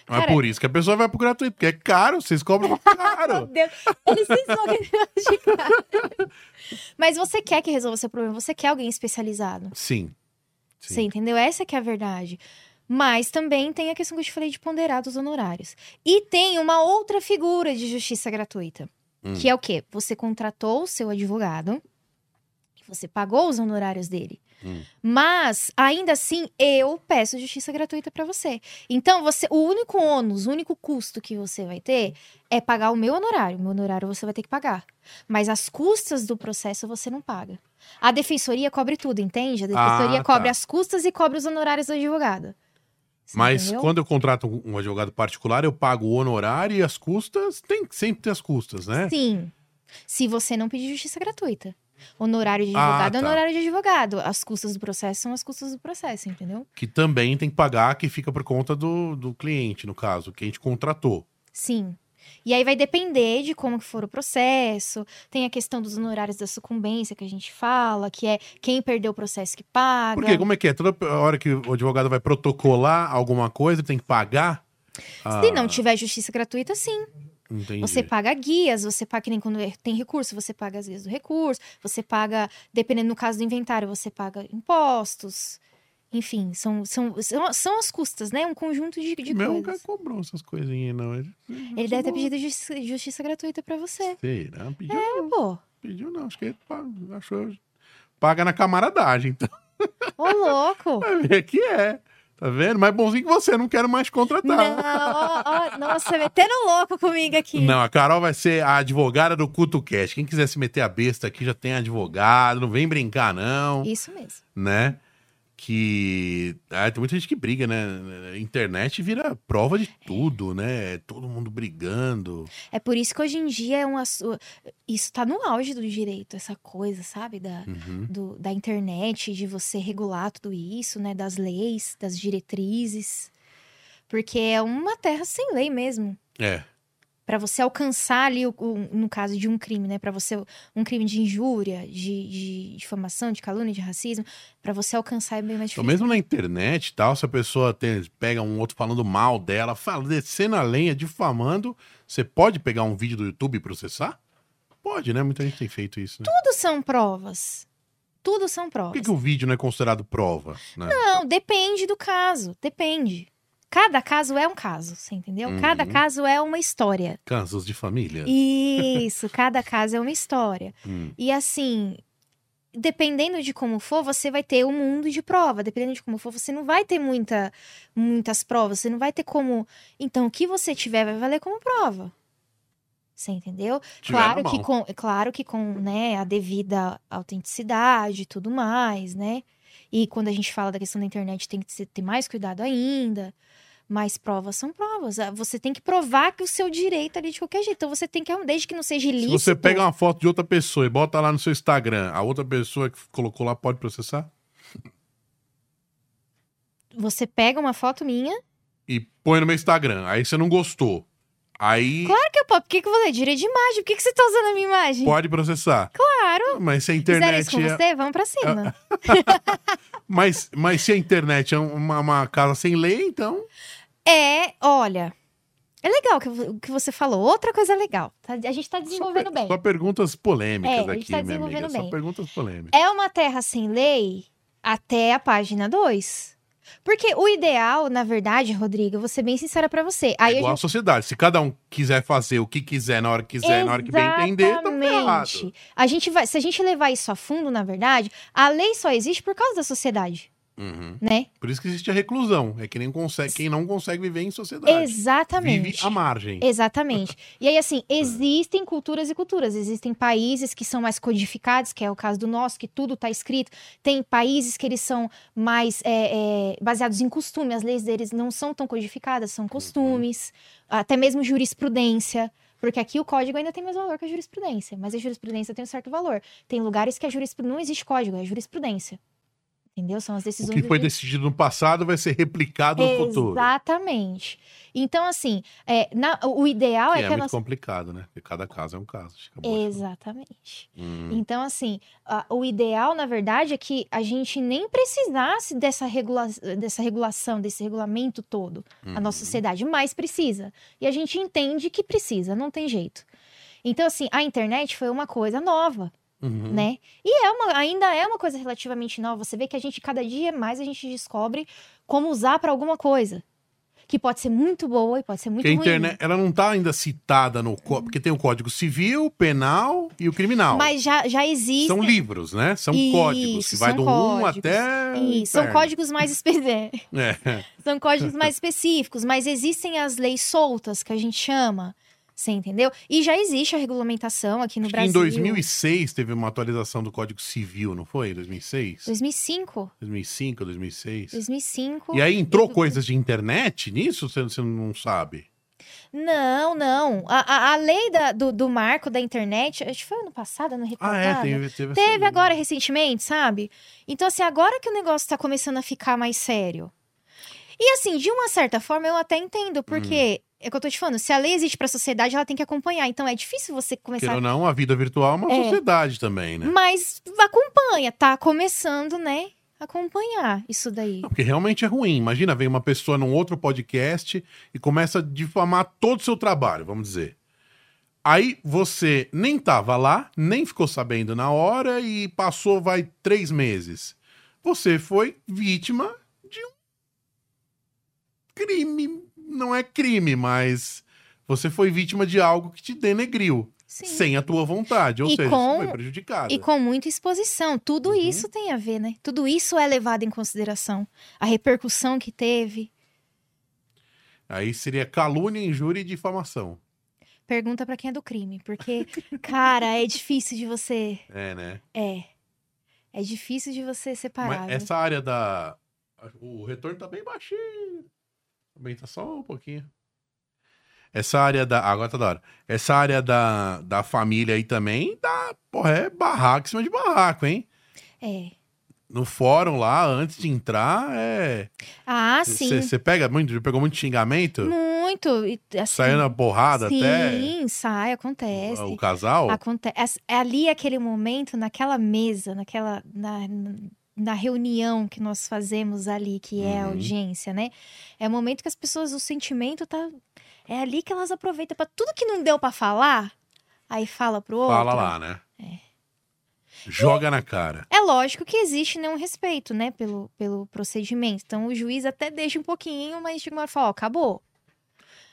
Mas
cara-
é por isso que a pessoa vai pro gratuito, porque é caro, vocês cobram
Meu
caro.
Deus, eles se deslocaram de cara. Mas você quer que resolva seu problema, você quer alguém especializado.
Sim. Sim.
Você entendeu? Essa que é a verdade. Mas também tem a questão que eu te falei de ponderar dos honorários. E tem uma outra figura de justiça gratuita.
Hum.
Que é o quê? Você contratou o seu advogado, você pagou os honorários dele.
Hum.
Mas, ainda assim, eu peço justiça gratuita pra você. Então, você, o único ônus, o único custo que você vai ter é pagar o meu honorário. O meu honorário você vai ter que pagar. Mas as custas do processo você não paga. A defensoria cobre tudo, entende? A defensoria
Ah, tá.
cobre as custas e cobre os honorários do advogado. Você
Mas
entendeu?
quando eu contrato um- um advogado particular, eu pago o honorário e as custas. Tem que sempre ter as custas, né?
Sim. Se você não pedir justiça gratuita. Honorário de
Ah,
advogado é
tá.
honorário de advogado. As custas do processo são as custas do processo, entendeu?
Que também tem que pagar, que fica por conta do, do cliente, no caso, que a gente contratou.
Sim. E aí vai depender de como que for o processo. Tem a questão dos honorários da sucumbência que a gente fala, que é quem perdeu o processo que paga.
Porque como é que é? Toda hora que o advogado vai protocolar alguma coisa, ele tem que pagar?
Se não tiver justiça gratuita, sim.
Ah. Entendi.
Você paga guias, você paga que nem quando tem recurso, você paga as guias do recurso, você paga, dependendo no caso do inventário, você paga impostos. Enfim, são, são, são, são as custas, né? Um conjunto de, de
Meu nunca
coisas.
cobrou essas coisinhas, não. Ele,
Ele deve ter pedido justiça, justiça gratuita pra você. É.
Será? Pediu,
Pô,
pediu não. Acho que ele pa- achou... Paga na camaradagem, então.
ô louco!
Vai ver que é. Tá vendo? Mais bonzinho que você, não quero mais te contratar.
Não, ó, ó, nossa, metendo louco comigo aqui.
Não, a Carol vai ser a advogada do CutoCast. Quem quiser se meter a besta aqui já tem advogado, não vem brincar, não.
Isso mesmo.
né? Que ah, tem muita gente que briga, né? Internet vira prova de tudo, né? Todo mundo brigando.
É por isso que hoje em dia é um assu- Isso tá no auge do direito, essa coisa, sabe? Da,
Uhum.
do- da internet, de você regular tudo isso, né? Das leis, das diretrizes. Porque é uma terra sem lei mesmo.
É.
Pra você alcançar ali, o- o- no caso de um crime, né? Pra você, um crime de injúria, de, de difamação, de calúnia, de racismo, pra você alcançar é bem mais
Então, mesmo
difícil.
na internet e tal, se a pessoa tem- pega um outro falando mal dela, fala, descendo a lenha, difamando, você pode pegar um vídeo do YouTube e processar? Pode, né? Muita gente tem feito isso, né?
Tudo são provas. Tudo são
Por
provas.
que, que o vídeo não é considerado prova? Né?
Não, depende do caso, depende. Cada caso é um caso, você entendeu?
Uhum.
Cada caso é uma história.
Casos de família. né?
Isso, cada caso é uma história.
Hum.
E assim, dependendo de como for, você vai ter um mundo de prova. Dependendo de como for, você não vai ter muita, muitas provas. Você não vai ter como. Então, o que você tiver vai valer como prova. Você entendeu?
Tiver
Claro
na
que,
mão.
com, é claro que com né, a devida autenticidade e tudo mais, né? E quando a gente fala da questão da internet, tem que se- ter mais cuidado ainda. Mas provas são provas. Ah, Você tem que provar que o seu direito ali de qualquer jeito. Então você tem que, desde que não
Se
seja ilícito.
você pega uma foto de outra pessoa e bota lá no seu Instagram, a outra pessoa que colocou lá pode processar?
você pega uma foto minha.
e põe no meu Instagram. Aí você não gostou. Aí
Claro que eu posso. Por que, que eu vou ler direito de imagem? Por que, que você tá usando a minha imagem?
pode processar.
Claro.
Mas se a
Fizeram
internet
isso com
é...
você? Vamos pra cima.
Mas, mas se a internet é uma, uma casa sem lei, então.
É, olha. É legal que, o que você falou. Outra coisa legal. tá? A gente tá desenvolvendo bem.
Só perguntas polêmicas
É, a gente
aqui,
tá
minha amiga.
desenvolvendo
Só
bem.
perguntas polêmicas.
É uma terra sem lei até a página 2. Porque o ideal, na verdade, Rodrigo, eu vou ser bem sincera pra você. Aí
Igual
a
a sociedade. Se cada um quiser fazer o que quiser, na hora que quiser, na hora que bem entender, tá ferrado.
Exatamente. a gente vai, se a gente levar isso a fundo, na verdade, a lei só existe por causa da sociedade,
Uhum.
né?
Por isso que existe a reclusão. É que nem consegue, quem não consegue viver em sociedade. Vive
Exatamente.
à margem.
Exatamente. E aí, assim,
É.
existem culturas e culturas. Existem países que são mais codificados, que é o caso do nosso, que tudo está escrito. Tem países que eles são mais é, é, baseados em costume. As leis deles não são tão codificadas, são costumes,
Uhum.
até mesmo jurisprudência. Porque aqui o código ainda tem mais valor que a jurisprudência, mas a jurisprudência tem um certo valor. Tem lugares que a jurisprudência não existe código, é jurisprudência. Entendeu? São as
O
decisões
que
do
foi
juri-
decidido no passado vai ser replicado no futuro.
Exatamente. Então, assim, é, na- o ideal
Que é
é, que a
muito
nossa.
complicado, né? Porque cada caso é um caso. Chica Bocha.
Exatamente.
Hum.
Então, assim, a- o ideal, na verdade, é que a gente nem precisasse dessa, regula dessa regulação, desse regulamento todo. A
Uhum.
nossa sociedade mais precisa. E a gente entende que precisa, não tem jeito. Então, assim, a internet foi uma coisa nova,
Uhum.
né? E é uma, ainda é uma coisa relativamente nova. Você vê que a gente, cada dia mais, a gente descobre como usar para alguma coisa. Que pode ser muito boa e pode ser muito
Porque a
ruim.
internet, ela não tá ainda citada no código, porque tem o Código Civil, Penal e o Criminal.
Mas já, já existe.
São livros, né? São
Isso,
códigos, que vai
são
do 1
códigos.
até. o
Isso, são
inferno.
códigos mais espe-
É.
são códigos mais específicos, mas existem as leis soltas que a gente chama, você entendeu? E já existe a regulamentação aqui no
Acho que
Brasil.
em 2006 teve uma atualização do Código Civil, não foi? 2006?
2005,
2005, 2006.
2005.
E aí entrou coisas de internet nisso? Você você não sabe?
Não, não. A, a- a lei da- do, do marco da internet, acho que foi ano passado, ano retrasado.
Ah, é, teve, teve, essa-
Teve agora recentemente, sabe? Então, assim, agora que o negócio tá começando a ficar mais sério. E, assim, de uma certa forma, eu até entendo, porque
Hum.
é o que eu tô te falando, se a lei existe pra sociedade, ela tem que acompanhar. Então, é difícil você
Queira
começar.
ou não, a vida virtual é uma
É.
sociedade também, né?
Mas acompanha, tá começando, né? Acompanhar isso daí.
Não, Porque realmente é ruim. Imagina, vem uma pessoa num outro podcast e começa a difamar todo o seu trabalho, vamos dizer. Aí você nem tava lá, nem ficou sabendo na hora e passou, vai, três meses. Você foi vítima de um crime. Não é crime, mas você foi vítima de algo que te denegriu,
Sim.
sem a tua vontade. Ou
E
seja,
com-
você foi prejudicada.
E com muita exposição. Tudo
Uhum.
isso tem a ver, né? Tudo isso é levado em consideração. A repercussão que teve.
Aí seria calúnia, injúria e difamação.
Pergunta pra quem é do crime, porque, cara, é difícil de você.
É, né?
É. É difícil de você separar.
Mas
viu?
essa área da. O retorno tá bem baixinho. Também tá só um pouquinho. Essa área da. ah, agora tá da hora. Essa área da, da família aí também tá. Porra, é barraco em cima de barraco, hein?
É.
No fórum lá, antes de entrar, é.
Ah, sim.
Você pega muito, pegou muito xingamento?
Muito. e, assim,
Saiu na porrada
sim, é,
até
sai, acontece.
o casal?
Acontece. É ali aquele momento, naquela mesa, naquela. Na, na reunião que nós fazemos ali, que é a
Uhum.
audiência, né? É o momento que as pessoas, o sentimento tá. É ali que elas aproveitam pra tudo que não deu pra falar, aí fala pro outro.
Fala lá, né? Joga na cara.
É lógico que existe né, um respeito, né, pelo, pelo procedimento. Então o juiz até deixa um pouquinho, mas chega uma hora e fala, ó, acabou.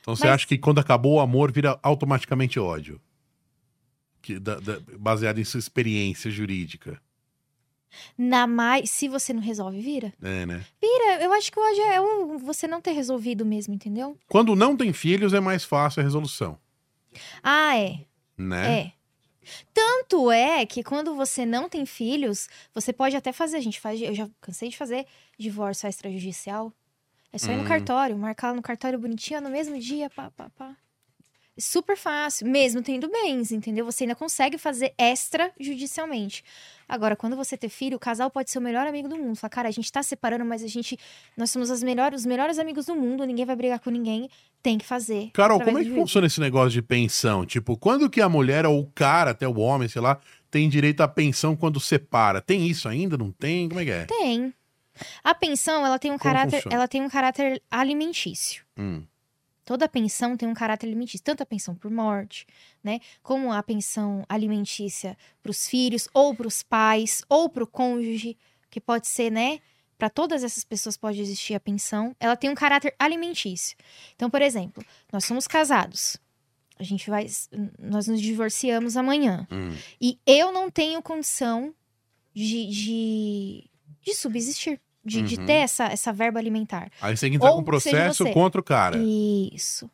Então você
Mas-
acha que quando acabou o amor vira automaticamente ódio? Que, da- da- baseado em sua experiência jurídica.
Na mais, se você não resolve, vira.
É, né?
Vira, eu acho que hoje é um, você não ter resolvido mesmo, entendeu?
Quando não tem filhos é mais fácil a resolução,
Ah, é,
né?
é. Tanto é que quando você não tem filhos, você pode até fazer, a gente faz, eu já cansei de fazer divórcio extrajudicial. É só ir
Hum.
no cartório, marcar lá no cartório bonitinho ó, no mesmo dia, pá, pá, pá. Super fácil, mesmo tendo bens, entendeu? Você ainda consegue fazer extrajudicialmente. Agora, quando você ter filho, o casal pode ser o melhor amigo do mundo. Fala, cara, a gente tá separando, mas a gente. Nós somos as melhores, os melhores amigos do mundo, ninguém vai brigar com ninguém. Tem que fazer.
Carol,
através
como é
do
que
juízo.
funciona esse negócio de pensão? Tipo, quando que a mulher ou o cara, até o homem, sei lá, tem direito à pensão quando separa? Tem isso ainda? Não tem? Como é que é?
Tem. A pensão, ela tem um
Como
caráter,
funciona?
ela tem um caráter alimentício.
Hum.
Toda pensão tem um caráter alimentício, tanto a pensão por morte, né? Como a pensão alimentícia para os filhos, ou para os pais, ou para o cônjuge, que pode ser, né? Para todas essas pessoas pode existir a pensão. Ela tem um caráter alimentício. Então, por exemplo, nós somos casados. A gente vai. Nós nos divorciamos amanhã.
Hum.
E eu não tenho condição de, de, de subsistir, de, de
Uhum.
ter essa, essa verba alimentar.
Aí você tem que entrar
Ou
com um
que seja
processo
você.
contra o cara.
Isso.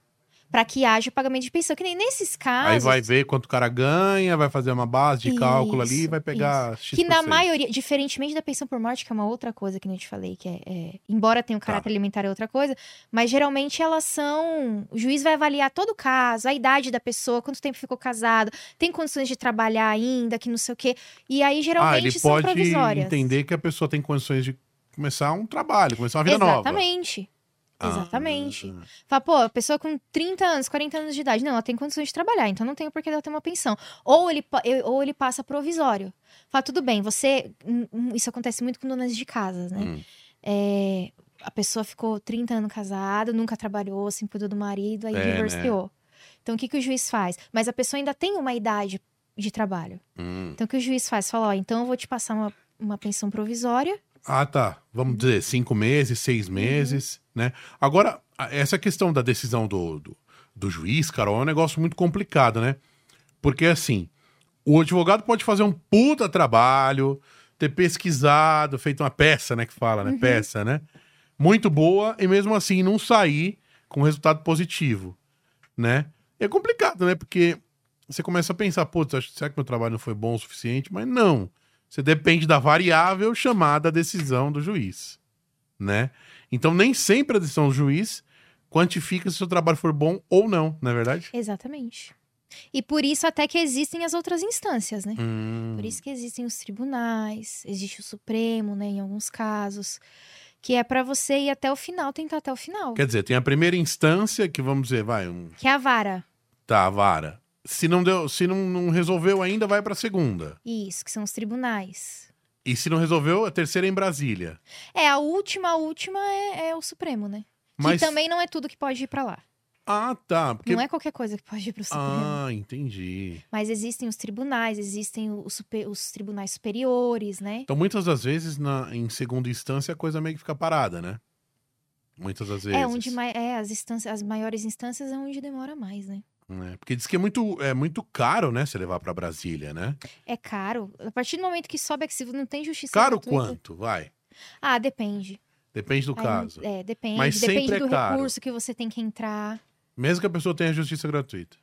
Para que haja o pagamento de pensão. Que nem nesses casos.
Aí vai ver quanto o cara ganha, vai fazer uma base de cálculo ali e
Isso,
vai pegar X%.
Que na maioria, diferentemente da pensão por morte, que é uma outra coisa que nem eu te falei, que é. é- embora
Tá.
tenha o caráter alimentar, é outra coisa, mas geralmente elas são. O juiz vai avaliar todo o caso, a idade da pessoa, quanto tempo ficou casado, tem condições de trabalhar ainda, que não sei o quê. E aí geralmente
Ah, ele
são
pode
provisórias.
entender que a pessoa tem condições de começar um trabalho, começar uma vida nova.
Exatamente.
Ah.
Exatamente. Fala, pô, a pessoa com 30 anos, 40 anos de idade, não, ela tem condições de trabalhar, então não tem por que ela ter uma pensão. Ou ele, pa- eu- ou ele passa provisório. Fala, tudo bem, você. hum, hum, Isso acontece muito com donas de casas, né?
Hum.
É, a pessoa ficou 30 anos casada, nunca trabalhou, se cuidou do marido, aí
É, né?
divorciou. Então o que, que o juiz faz? Mas a pessoa ainda tem uma idade de trabalho.
Hum.
Então o que o juiz faz? Fala, ó, então eu vou te passar uma, uma pensão provisória.
Ah, tá. Vamos dizer, cinco meses, seis meses,
Uhum.
né? Agora, a- essa questão da decisão do, do, do juiz, Carol, é um negócio muito complicado, né? Porque, assim, o advogado pode fazer um puta trabalho, ter pesquisado, feito uma peça, né? Que fala, né? Peça, né? Muito boa e mesmo assim não sair com resultado positivo, né? É complicado, né? Porque você começa a pensar, putz, acho- será que meu trabalho não foi bom o suficiente? Mas não. Você depende da variável chamada decisão do juiz, né? Então nem sempre a decisão do juiz quantifica se o seu trabalho for bom ou não, não é verdade?
Exatamente. E por isso até que existem as outras instâncias, né?
Hum,
Por isso que existem os tribunais, existe o Supremo, né, em alguns casos, que é pra você ir até o final, tentar até o final, que,
Quer dizer, tem a primeira instância que vamos dizer, vai, um,
é a vara.
tá, vara. Se não deu, se não, não resolveu ainda, vai pra segunda.
Isso, que são os tribunais.
E se não resolveu, a terceira é em Brasília.
É, a última, a última é, é o Supremo, né?
Mas
Que também não é tudo que pode ir pra lá.
ah, tá, porque
Não é qualquer coisa que pode ir pro Supremo.
ah, entendi.
Mas existem os tribunais, existem o- o super- os tribunais superiores, né?
Então muitas das vezes na em segunda instância a coisa meio que fica parada, né? Muitas das vezes.
É onde mai- é, as instâncias, as maiores instâncias é onde demora mais, né?
né? Porque diz que é muito é muito caro, né, se levar pra Brasília, né?
É caro. A partir do momento que sobe, é que se não tem justiça.
Caro
gratuita-
quanto? Vai.
Ah, depende.
Depende do
Aí,
caso.
É, depende.
Mas sempre
depende
é
do
caro.
recurso que você tem que entrar.
Mesmo que a pessoa tenha justiça gratuita.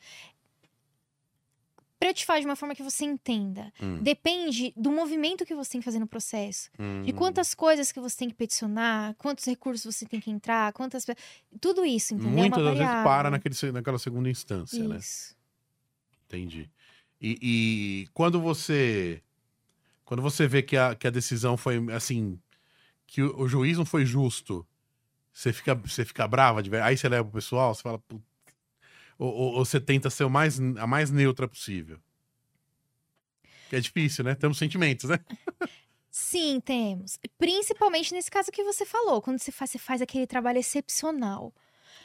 Pra eu te falar de uma forma que você entenda.
Hum,
Depende do movimento que você tem que fazer no processo. De
hum.
quantas coisas que você tem que peticionar, quantos recursos você tem que entrar, quantas. pe- Tudo isso, entendeu?
Muitas
é uma
das vezes
variável.
para naquele, se- naquela segunda instância, né?
Isso.
Entendi. E, e quando você quando você vê que a, que a decisão foi assim que o, o juiz não foi justo, você fica você fica brava de ver- aí você leva pro pessoal, você fala "Putz", ou, ou- ou você tenta ser o mais a mais neutra possível. Que é difícil, né? Temos sentimentos, né?
Sim, temos. Principalmente nesse caso que você falou, quando você faz, você faz aquele trabalho excepcional.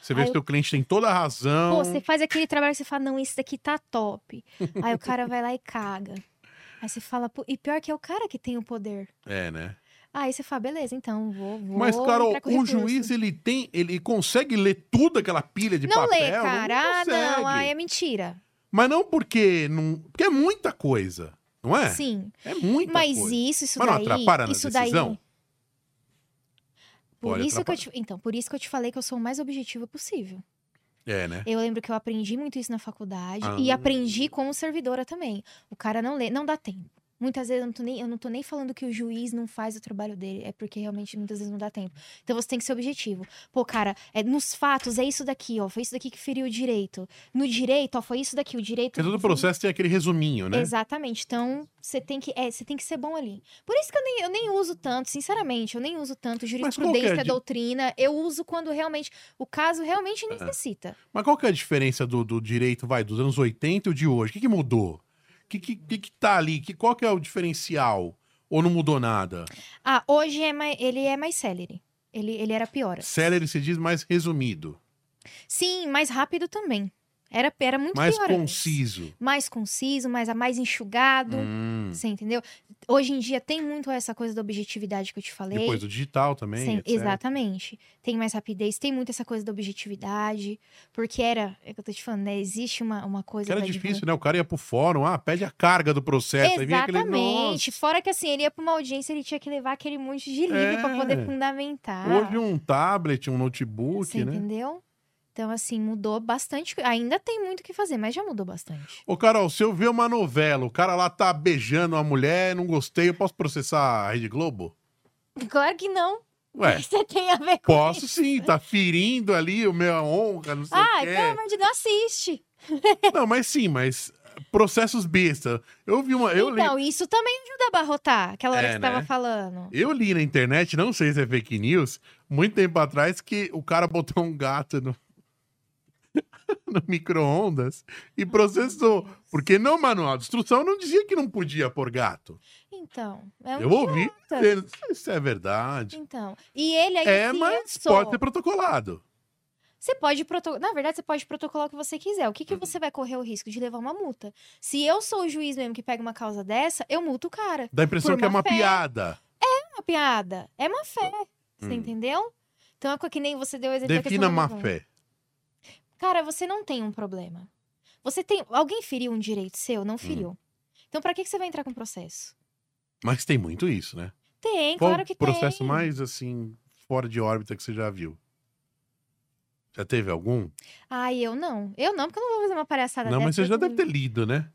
Você vê
Ah,
que o
eu-
teu cliente tem toda a razão.
Pô, você faz aquele trabalho que você fala, não, esse daqui tá top. Aí o cara vai lá e caga. Aí você fala, "Pô, e pior que é o cara que tem o poder.
É, né?
Aí você fala, beleza, então vou. vou
Mas Carol,
entrar com
o
recurso."
juiz ele tem, ele consegue ler tudo aquela pilha de
Não
papel.
lê, cara. Ah,
consegue.
não, ah, é mentira.
Mas não porque. Não... Porque é muita coisa, não é?
Sim.
É muita
mas
coisa.
isso, isso
Mas não
daí.
atrapalha na
isso
decisão?
daí. Por
Olha,
isso que eu te, então, por isso que eu te falei que eu sou o mais objetiva possível.
É, né?
Eu lembro que eu aprendi muito isso na faculdade
Ah.
e aprendi como servidora também. O cara não lê, não dá tempo. Muitas vezes eu não, tô nem, eu não tô nem falando que o juiz não faz o trabalho dele, é porque realmente muitas vezes não dá tempo. Então você tem que ser objetivo. Pô, cara, é, nos fatos é isso daqui, ó. Foi isso daqui que feriu o direito. No direito, ó, foi isso daqui. O direito.
Porque é todo
foi-
processo tem aquele resuminho, né?
Exatamente. Então, você tem que é, você tem que ser bom ali. Por isso que eu nem, eu nem uso tanto, sinceramente, eu nem uso
qual
tanto
que é a
jurisprudência,
di-
doutrina. Eu uso quando realmente o caso realmente necessita.
Mas qual que é a diferença do, do direito, vai, dos anos 80 e o de hoje? O que, que mudou? O que, que, que, que tá ali? Que, qual que é o diferencial? Ou não mudou nada?
Ah, hoje é mais, ele é mais celery. Ele, ele era pior.
Celery se diz mais resumido.
Sim, mais rápido também. Era, era muito
Mais
pior. antes.
conciso.
Mais conciso, mais, mais enxugado.
Hum.
Você entendeu? Hoje em dia tem muito essa coisa da objetividade que eu te falei.
Depois do digital também.
Sim,
etc.
exatamente. Tem mais rapidez, tem muito essa coisa da objetividade. Porque era, é que eu tô te falando, né? Existe uma, uma coisa.
Que era
da
difícil, né? O cara ia pro fórum, ah, pede a carga do processo. Aí vinha aquele,
Exatamente. Fora que assim, ele ia pra uma audiência, ele tinha que levar aquele monte de livro
É.
pra poder fundamentar.
"Nossa". Hoje um tablet, um notebook,
Você
né?
entendeu? Então, assim, mudou bastante. Ainda tem muito o que fazer, mas já mudou bastante.
Ô, Carol, se eu ver uma novela, o cara lá tá beijando uma mulher, não gostei, eu posso processar a Rede Globo?
Claro que não.
Ué,
Você tem a ver com.
posso sim, tá ferindo ali o meu honra, não sei o
Ah, então-
quê.
pelo amor de Deus, assiste.
Não, mas sim, mas processos besta. Eu vi uma. Eu, li,
então, isso também ajuda a barrotar, aquela hora
É,
que você tava
né?
falando.
eu li na internet, não sei se é fake news, muito tempo atrás, que o cara botou um gato no, no micro-ondas e processou. Porque no manual de instrução não dizia que não podia pôr gato.
Então, é um
Eu ouvi,
idiota.
não sei se é verdade.
Então, e ele aí
É,
se
mas
lançou.
pode ser protocolado.
Você pode protocolar. Na verdade, você pode protocolar o que você quiser. O que,
Uhum.
que você vai correr o risco de levar uma multa? Se eu sou o juiz mesmo que pega uma causa dessa, eu multo o cara.
Dá a impressão
Por
que é
má
uma
fé.
piada.
É uma piada. É má fé. Você
Hum.
entendeu? Então é co- que nem você deu o exemplo. da questão
Defina
da
má
maconha.
fé.
Cara, você não tem um problema. Você tem. Alguém feriu um direito seu?
Hum.
Não feriu. Então, pra que, que você vai entrar com processo?
Mas tem muito isso, né?
Tem,
Qual
claro que
o processo
tem.
mais, assim, fora de órbita que você já viu? Já teve algum?
Ai, eu não. Eu não, porque eu não vou fazer uma palhaçada
não,
dessa.
mas você já
Deus me
deve ter lido, né?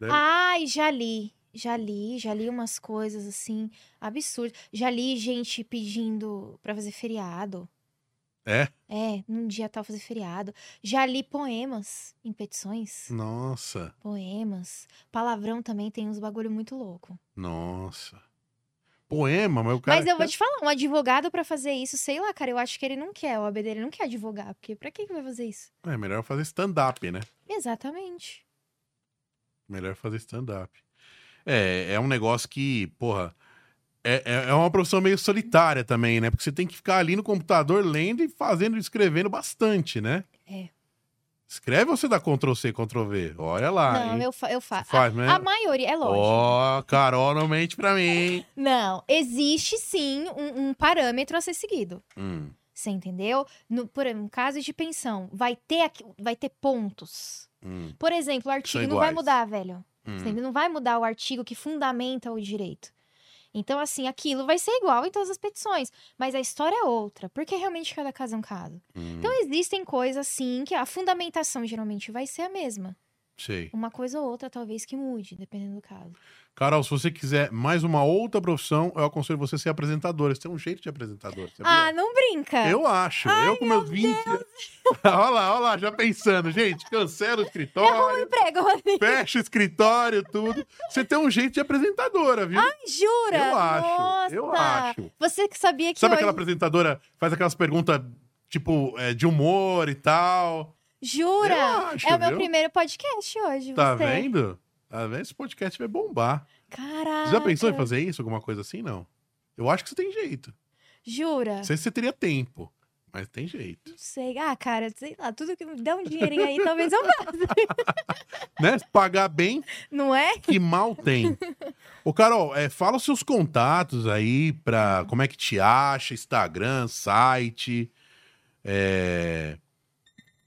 Deve-
Ai, já li. Já li, já li umas coisas assim absurdas. Já li gente pedindo pra fazer feriado.
É?
É, num dia tal fazer feriado. Já li poemas em petições.
Nossa,
Poemas. Palavrão também tem uns bagulho muito louco.
nossa. Poema, mas o cara...
Mas eu vou te falar, um advogado pra fazer isso, sei lá, cara, eu acho que ele não quer, o OAB dele não quer advogar, porque pra que que vai fazer isso?
É melhor fazer stand-up, né?
Exatamente.
Melhor fazer stand-up. É, é um negócio que, porra... É, é- é uma profissão meio solitária também, né? Porque você tem que ficar ali no computador lendo e fazendo, escrevendo bastante, né?
É.
Escreve ou você dá Ctrl-C, Ctrl-V? Olha lá,
não,
hein?
eu, fa eu faço.
Faz, né?
A maioria, é lógico.
Ó, Carol, não mente pra mim. hein?
Não, existe sim um, um parâmetro a ser seguido.
Hum,
Você entendeu? No, por exemplo, um caso de pensão, vai ter, aqui- vai ter pontos.
hum,
Por exemplo, o artigo não
iguais.
vai mudar, velho.
hum.
Você entendeu? Não vai mudar o artigo que fundamenta o direito. Então, assim, aquilo vai ser igual em todas as petições. Mas a história é outra, porque realmente cada caso é um caso.
Hum,
Então, existem coisas, sim, que a fundamentação geralmente vai ser a mesma.
sei.
Uma coisa ou outra, talvez, que mude, dependendo do caso.
Carol, se você quiser mais uma outra profissão, eu aconselho você a ser apresentadora. Você tem um jeito de apresentadora. sabia?
Ah, não brinca!
eu acho. eu com meus 20. olha lá, olha lá, já pensando. Gente, cancela o
Arruma um
escritório,
emprego, Rodrigo.
fecha o escritório, tudo. Você tem um jeito de apresentadora, viu?
Ah, Jura?
eu acho.
Nossa!
Eu acho.
Você que sabia que
Sabe
hoje...
aquela apresentadora que faz aquelas perguntas, tipo, é, de humor e tal?
Jura?
Eu acho,
é o meu
viu?
primeiro podcast hoje.
Tá
você.
vendo? Tá vendo? Esse podcast vai bombar.
Caraca.
Você já pensou
é.
em fazer isso, alguma coisa assim? Não. Eu acho que você tem jeito.
Jura?
Não sei se você teria tempo, mas tem jeito.
Não sei. Ah, cara, sei lá, tudo que me dá um dinheirinho aí, talvez eu faça.
né? Pagar bem,
Não é?
que mal tem. Ô, Carol, é, fala os seus contatos aí pra como é que te acha, Instagram, site, é,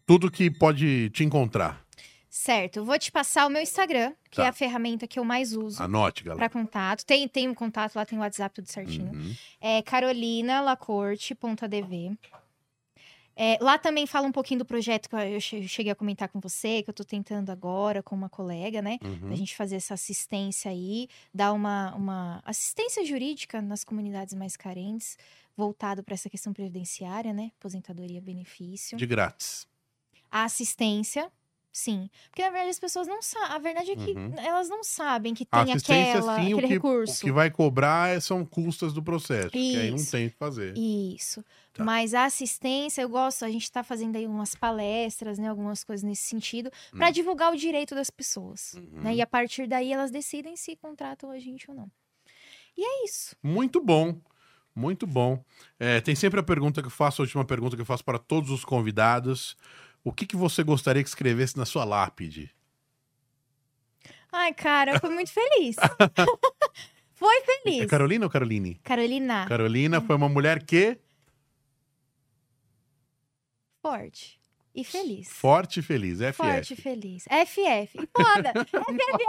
tudo que pode te encontrar.
Certo, eu vou te passar o meu Instagram, que
Tá. Ah,
é a ferramenta que eu mais uso
Anote,
pra
galera.
contato. Tem, tem um contato lá, tem o WhatsApp tudo certinho.
Uhum.
É carolinalacorte.adv. É, lá também fala um pouquinho do projeto que eu che- cheguei a comentar com você, que eu tô tentando agora com uma colega, né?
uhum.
a gente fazer essa assistência aí, dar uma, uma assistência jurídica nas comunidades mais carentes, voltado para essa questão previdenciária, né? Aposentadoria, benefício.
De grátis.
A assistência, sim. Porque, na verdade, as pessoas não sabem. A verdade é que
Uhum.
elas não sabem que
A
tem
assistência,
aquela,
sim, o
aquele
que, o
recurso.
que vai cobrar é- são custas do processo, que aí não
Isso.
tem o que fazer.
Isso.
Tá.
Mas a assistência, eu gosto, a gente está fazendo aí umas palestras, né? Algumas coisas nesse sentido, para
Hum.
divulgar o direito das pessoas.
Uhum.
Né? E a partir daí elas decidem se contratam a gente ou não. E é isso.
Muito bom. Muito bom. É, tem sempre a pergunta que eu faço, a última pergunta que eu faço para todos os convidados. O que, que você gostaria que escrevesse na sua lápide?
Ai, cara, eu fui muito feliz. foi feliz. Ah.
É Carolina ou Caroline?
Carolina,
Carolina foi uma mulher que
forte e feliz.
forte e feliz, é FF.
Forte e feliz. FF. E Foda! FF!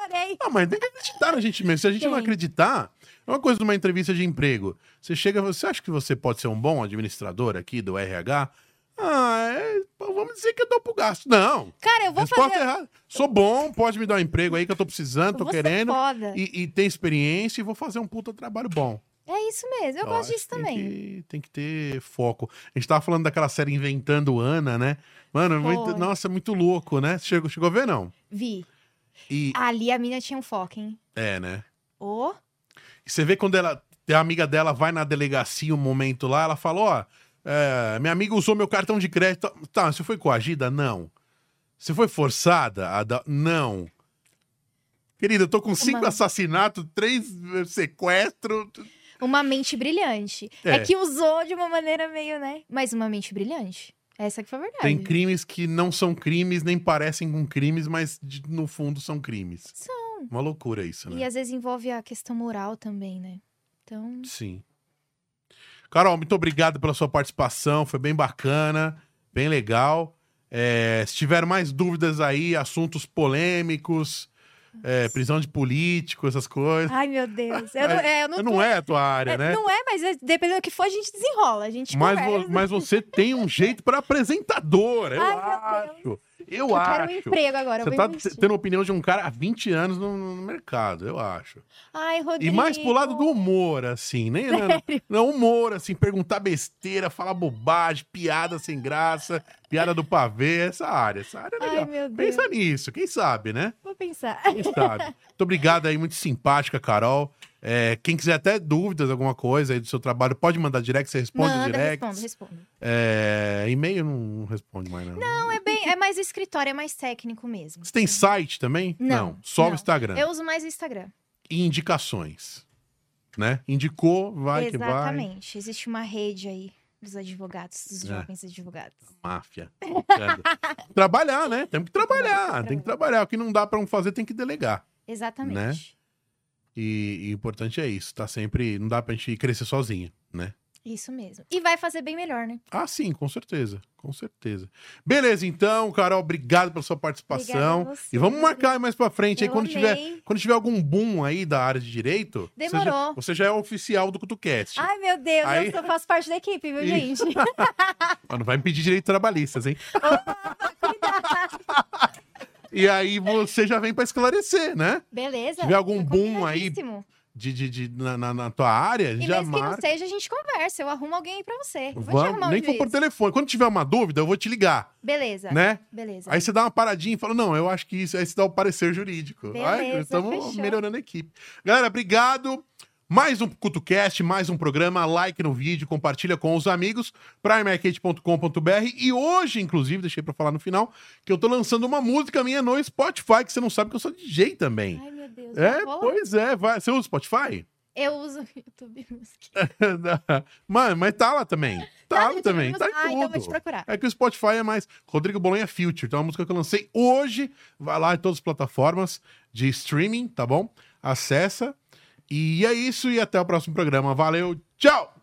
Adorei!
Ah, mas tem que acreditar na gente mesmo. Se a gente não
Tem.
acreditar, é uma coisa de uma entrevista de emprego. Você chega, você acha que você pode ser um bom administrador aqui do RH? Ah, é, pô, vamos dizer que eu dou pro gasto. Não.
Cara, eu vou
Resposta
fazer.
errada. Sou bom, pode me dar um emprego aí que eu tô precisando,
Eu
tô
vou
querendo.
Ser foda.
E, e ter experiência e vou fazer um puta trabalho bom.
É isso mesmo, eu, gosto
acho
disso
que tem
também.
que- tem que ter foco. A gente tava falando daquela série Inventando Ana, né? Mano, é muito,
Foi.
nossa, é muito louco, né? Chegou, chegou a ver, não?
Vi.
E
Ali a mina tinha um foco, hein?
é, né?
Ô,
E você vê quando ela, a amiga dela vai na delegacia um momento lá, ela fala, ó, é, minha amiga usou meu cartão de crédito. Tá, você foi coagida? Não. Você foi forçada? A dar- Não. Querida, eu tô com cinco
Uma-
assassinatos, três eh, sequestros.
uma mente brilhante. É.
É.
que usou de uma maneira meio, né? Mas uma mente brilhante. Essa que foi a verdade.
Tem crimes que não são crimes, nem parecem com crimes, mas de- no fundo são crimes. São. Uma loucura isso,
E é
né?
às vezes envolve a questão moral também, né? Então,
Sim. Carol, muito obrigado pela sua participação. Foi bem bacana, bem legal. É, se tiver mais dúvidas aí, assuntos polêmicos, é, prisão de político, essas coisas.
ai meu Deus. Eu não, é, eu Ah, não,
não
tô-
é a tua área,
é,
né?
Não é, mas é- dependendo do que for, a gente desenrola. A gente
Mas, vo-
conversa.
mas você tem um jeito para apresentadora, eu
Ai,
acho. Eu,
Eu
acho.
quero um emprego agora. eu
Você
vou
tá
investir.
tendo a opinião de um cara há 20 anos no, no mercado, eu acho.
Ai,
E
Rodrigo.
mais pro lado do humor, assim, nem não,
Sério?
não, humor, assim, perguntar besteira, falar bobagem, piada sem graça, piada do pavê, essa área, essa área é
Ai,
legal.
meu Deus.
Pensa nisso, quem sabe, né?
Vou pensar.
Quem sabe. Muito obrigado aí, muito simpática, Carol. É, quem quiser até dúvidas, alguma coisa aí do seu trabalho, pode mandar direct, você responde
Manda,
direct.
respondo, respondo.
É, e-mail não responde mais, não.
Não, é bem. É mais o escritório, é mais técnico mesmo.
Você tem site também?
Não,
só o
não.
Instagram.
Eu uso mais o Instagram.
e indicações. Né? Indicou, vai que vai.
Exatamente. Existe uma rede aí dos advogados, dos
É.
jovens advogados.
Máfia. Entendo. trabalhar, né? Temos que trabalhar, tem que trabalhar. O que não dá pra um fazer tem que delegar. Né?
Exatamente.
E, e o importante é isso, tá sempre. Não dá pra gente crescer sozinho, né?
Isso mesmo. E vai fazer bem melhor, né?
Ah, sim, com certeza, com certeza. Beleza, então, Carol, obrigado pela sua participação.
Obrigada a você.
E vamos marcar aí mais pra frente, aí
Eu
quando tiver,
amei.
quando tiver algum boom aí da área de direito, você já-
Demorou.
Você já, é oficial do Cutucast.
Ai, meu Deus,
Aí-
eu só faço parte da equipe, viu,
Ih.
gente?
Mas não vai impedir direitos trabalhistas, hein? e aí você já vem pra esclarecer, né?
Beleza.
Se tiver algum
Tá
boom aí
combinadíssimo.
de, de, de- na, na- na tua área, a gente
E
já
mesmo que não
marca.
seja, a gente conversa. Eu arrumo alguém aí pra você. Vou te
Vamos,
arrumar um
nem for por
juiz. Tá.
telefone. Quando tiver uma dúvida, eu vou te ligar,
Beleza.
né?
Beleza.
Aí você dá uma paradinha e fala: Não, eu acho que isso. Aí você dá o parecer jurídico.
Beleza,
Ai, estamos
fechou.
melhorando a equipe. Galera, obrigado. Mais um CutoCast, mais um programa. Like no vídeo, compartilha com os amigos. Primearcade.com.br. E hoje, inclusive, deixei pra falar no final, que eu tô lançando uma música minha no Spotify, que você não sabe que eu sou DJ também.
Ai, meu Deus.
é,
eu vou-
pois é. Vai. Você usa o Spotify?
Eu uso o YouTube Music.
Mano, mas tá lá também. Tá,
no
lá
YouTube
também.
Music.
Tá em
Ah, então eu vou te
tudo.
procurar.
É que o Spotify é mais. Rodrigo Bolonha Future. Então é uma música que eu lancei hoje. Vai lá em todas as plataformas de streaming, tá bom? Acessa. E é isso. E até o próximo programa. Valeu. Tchau!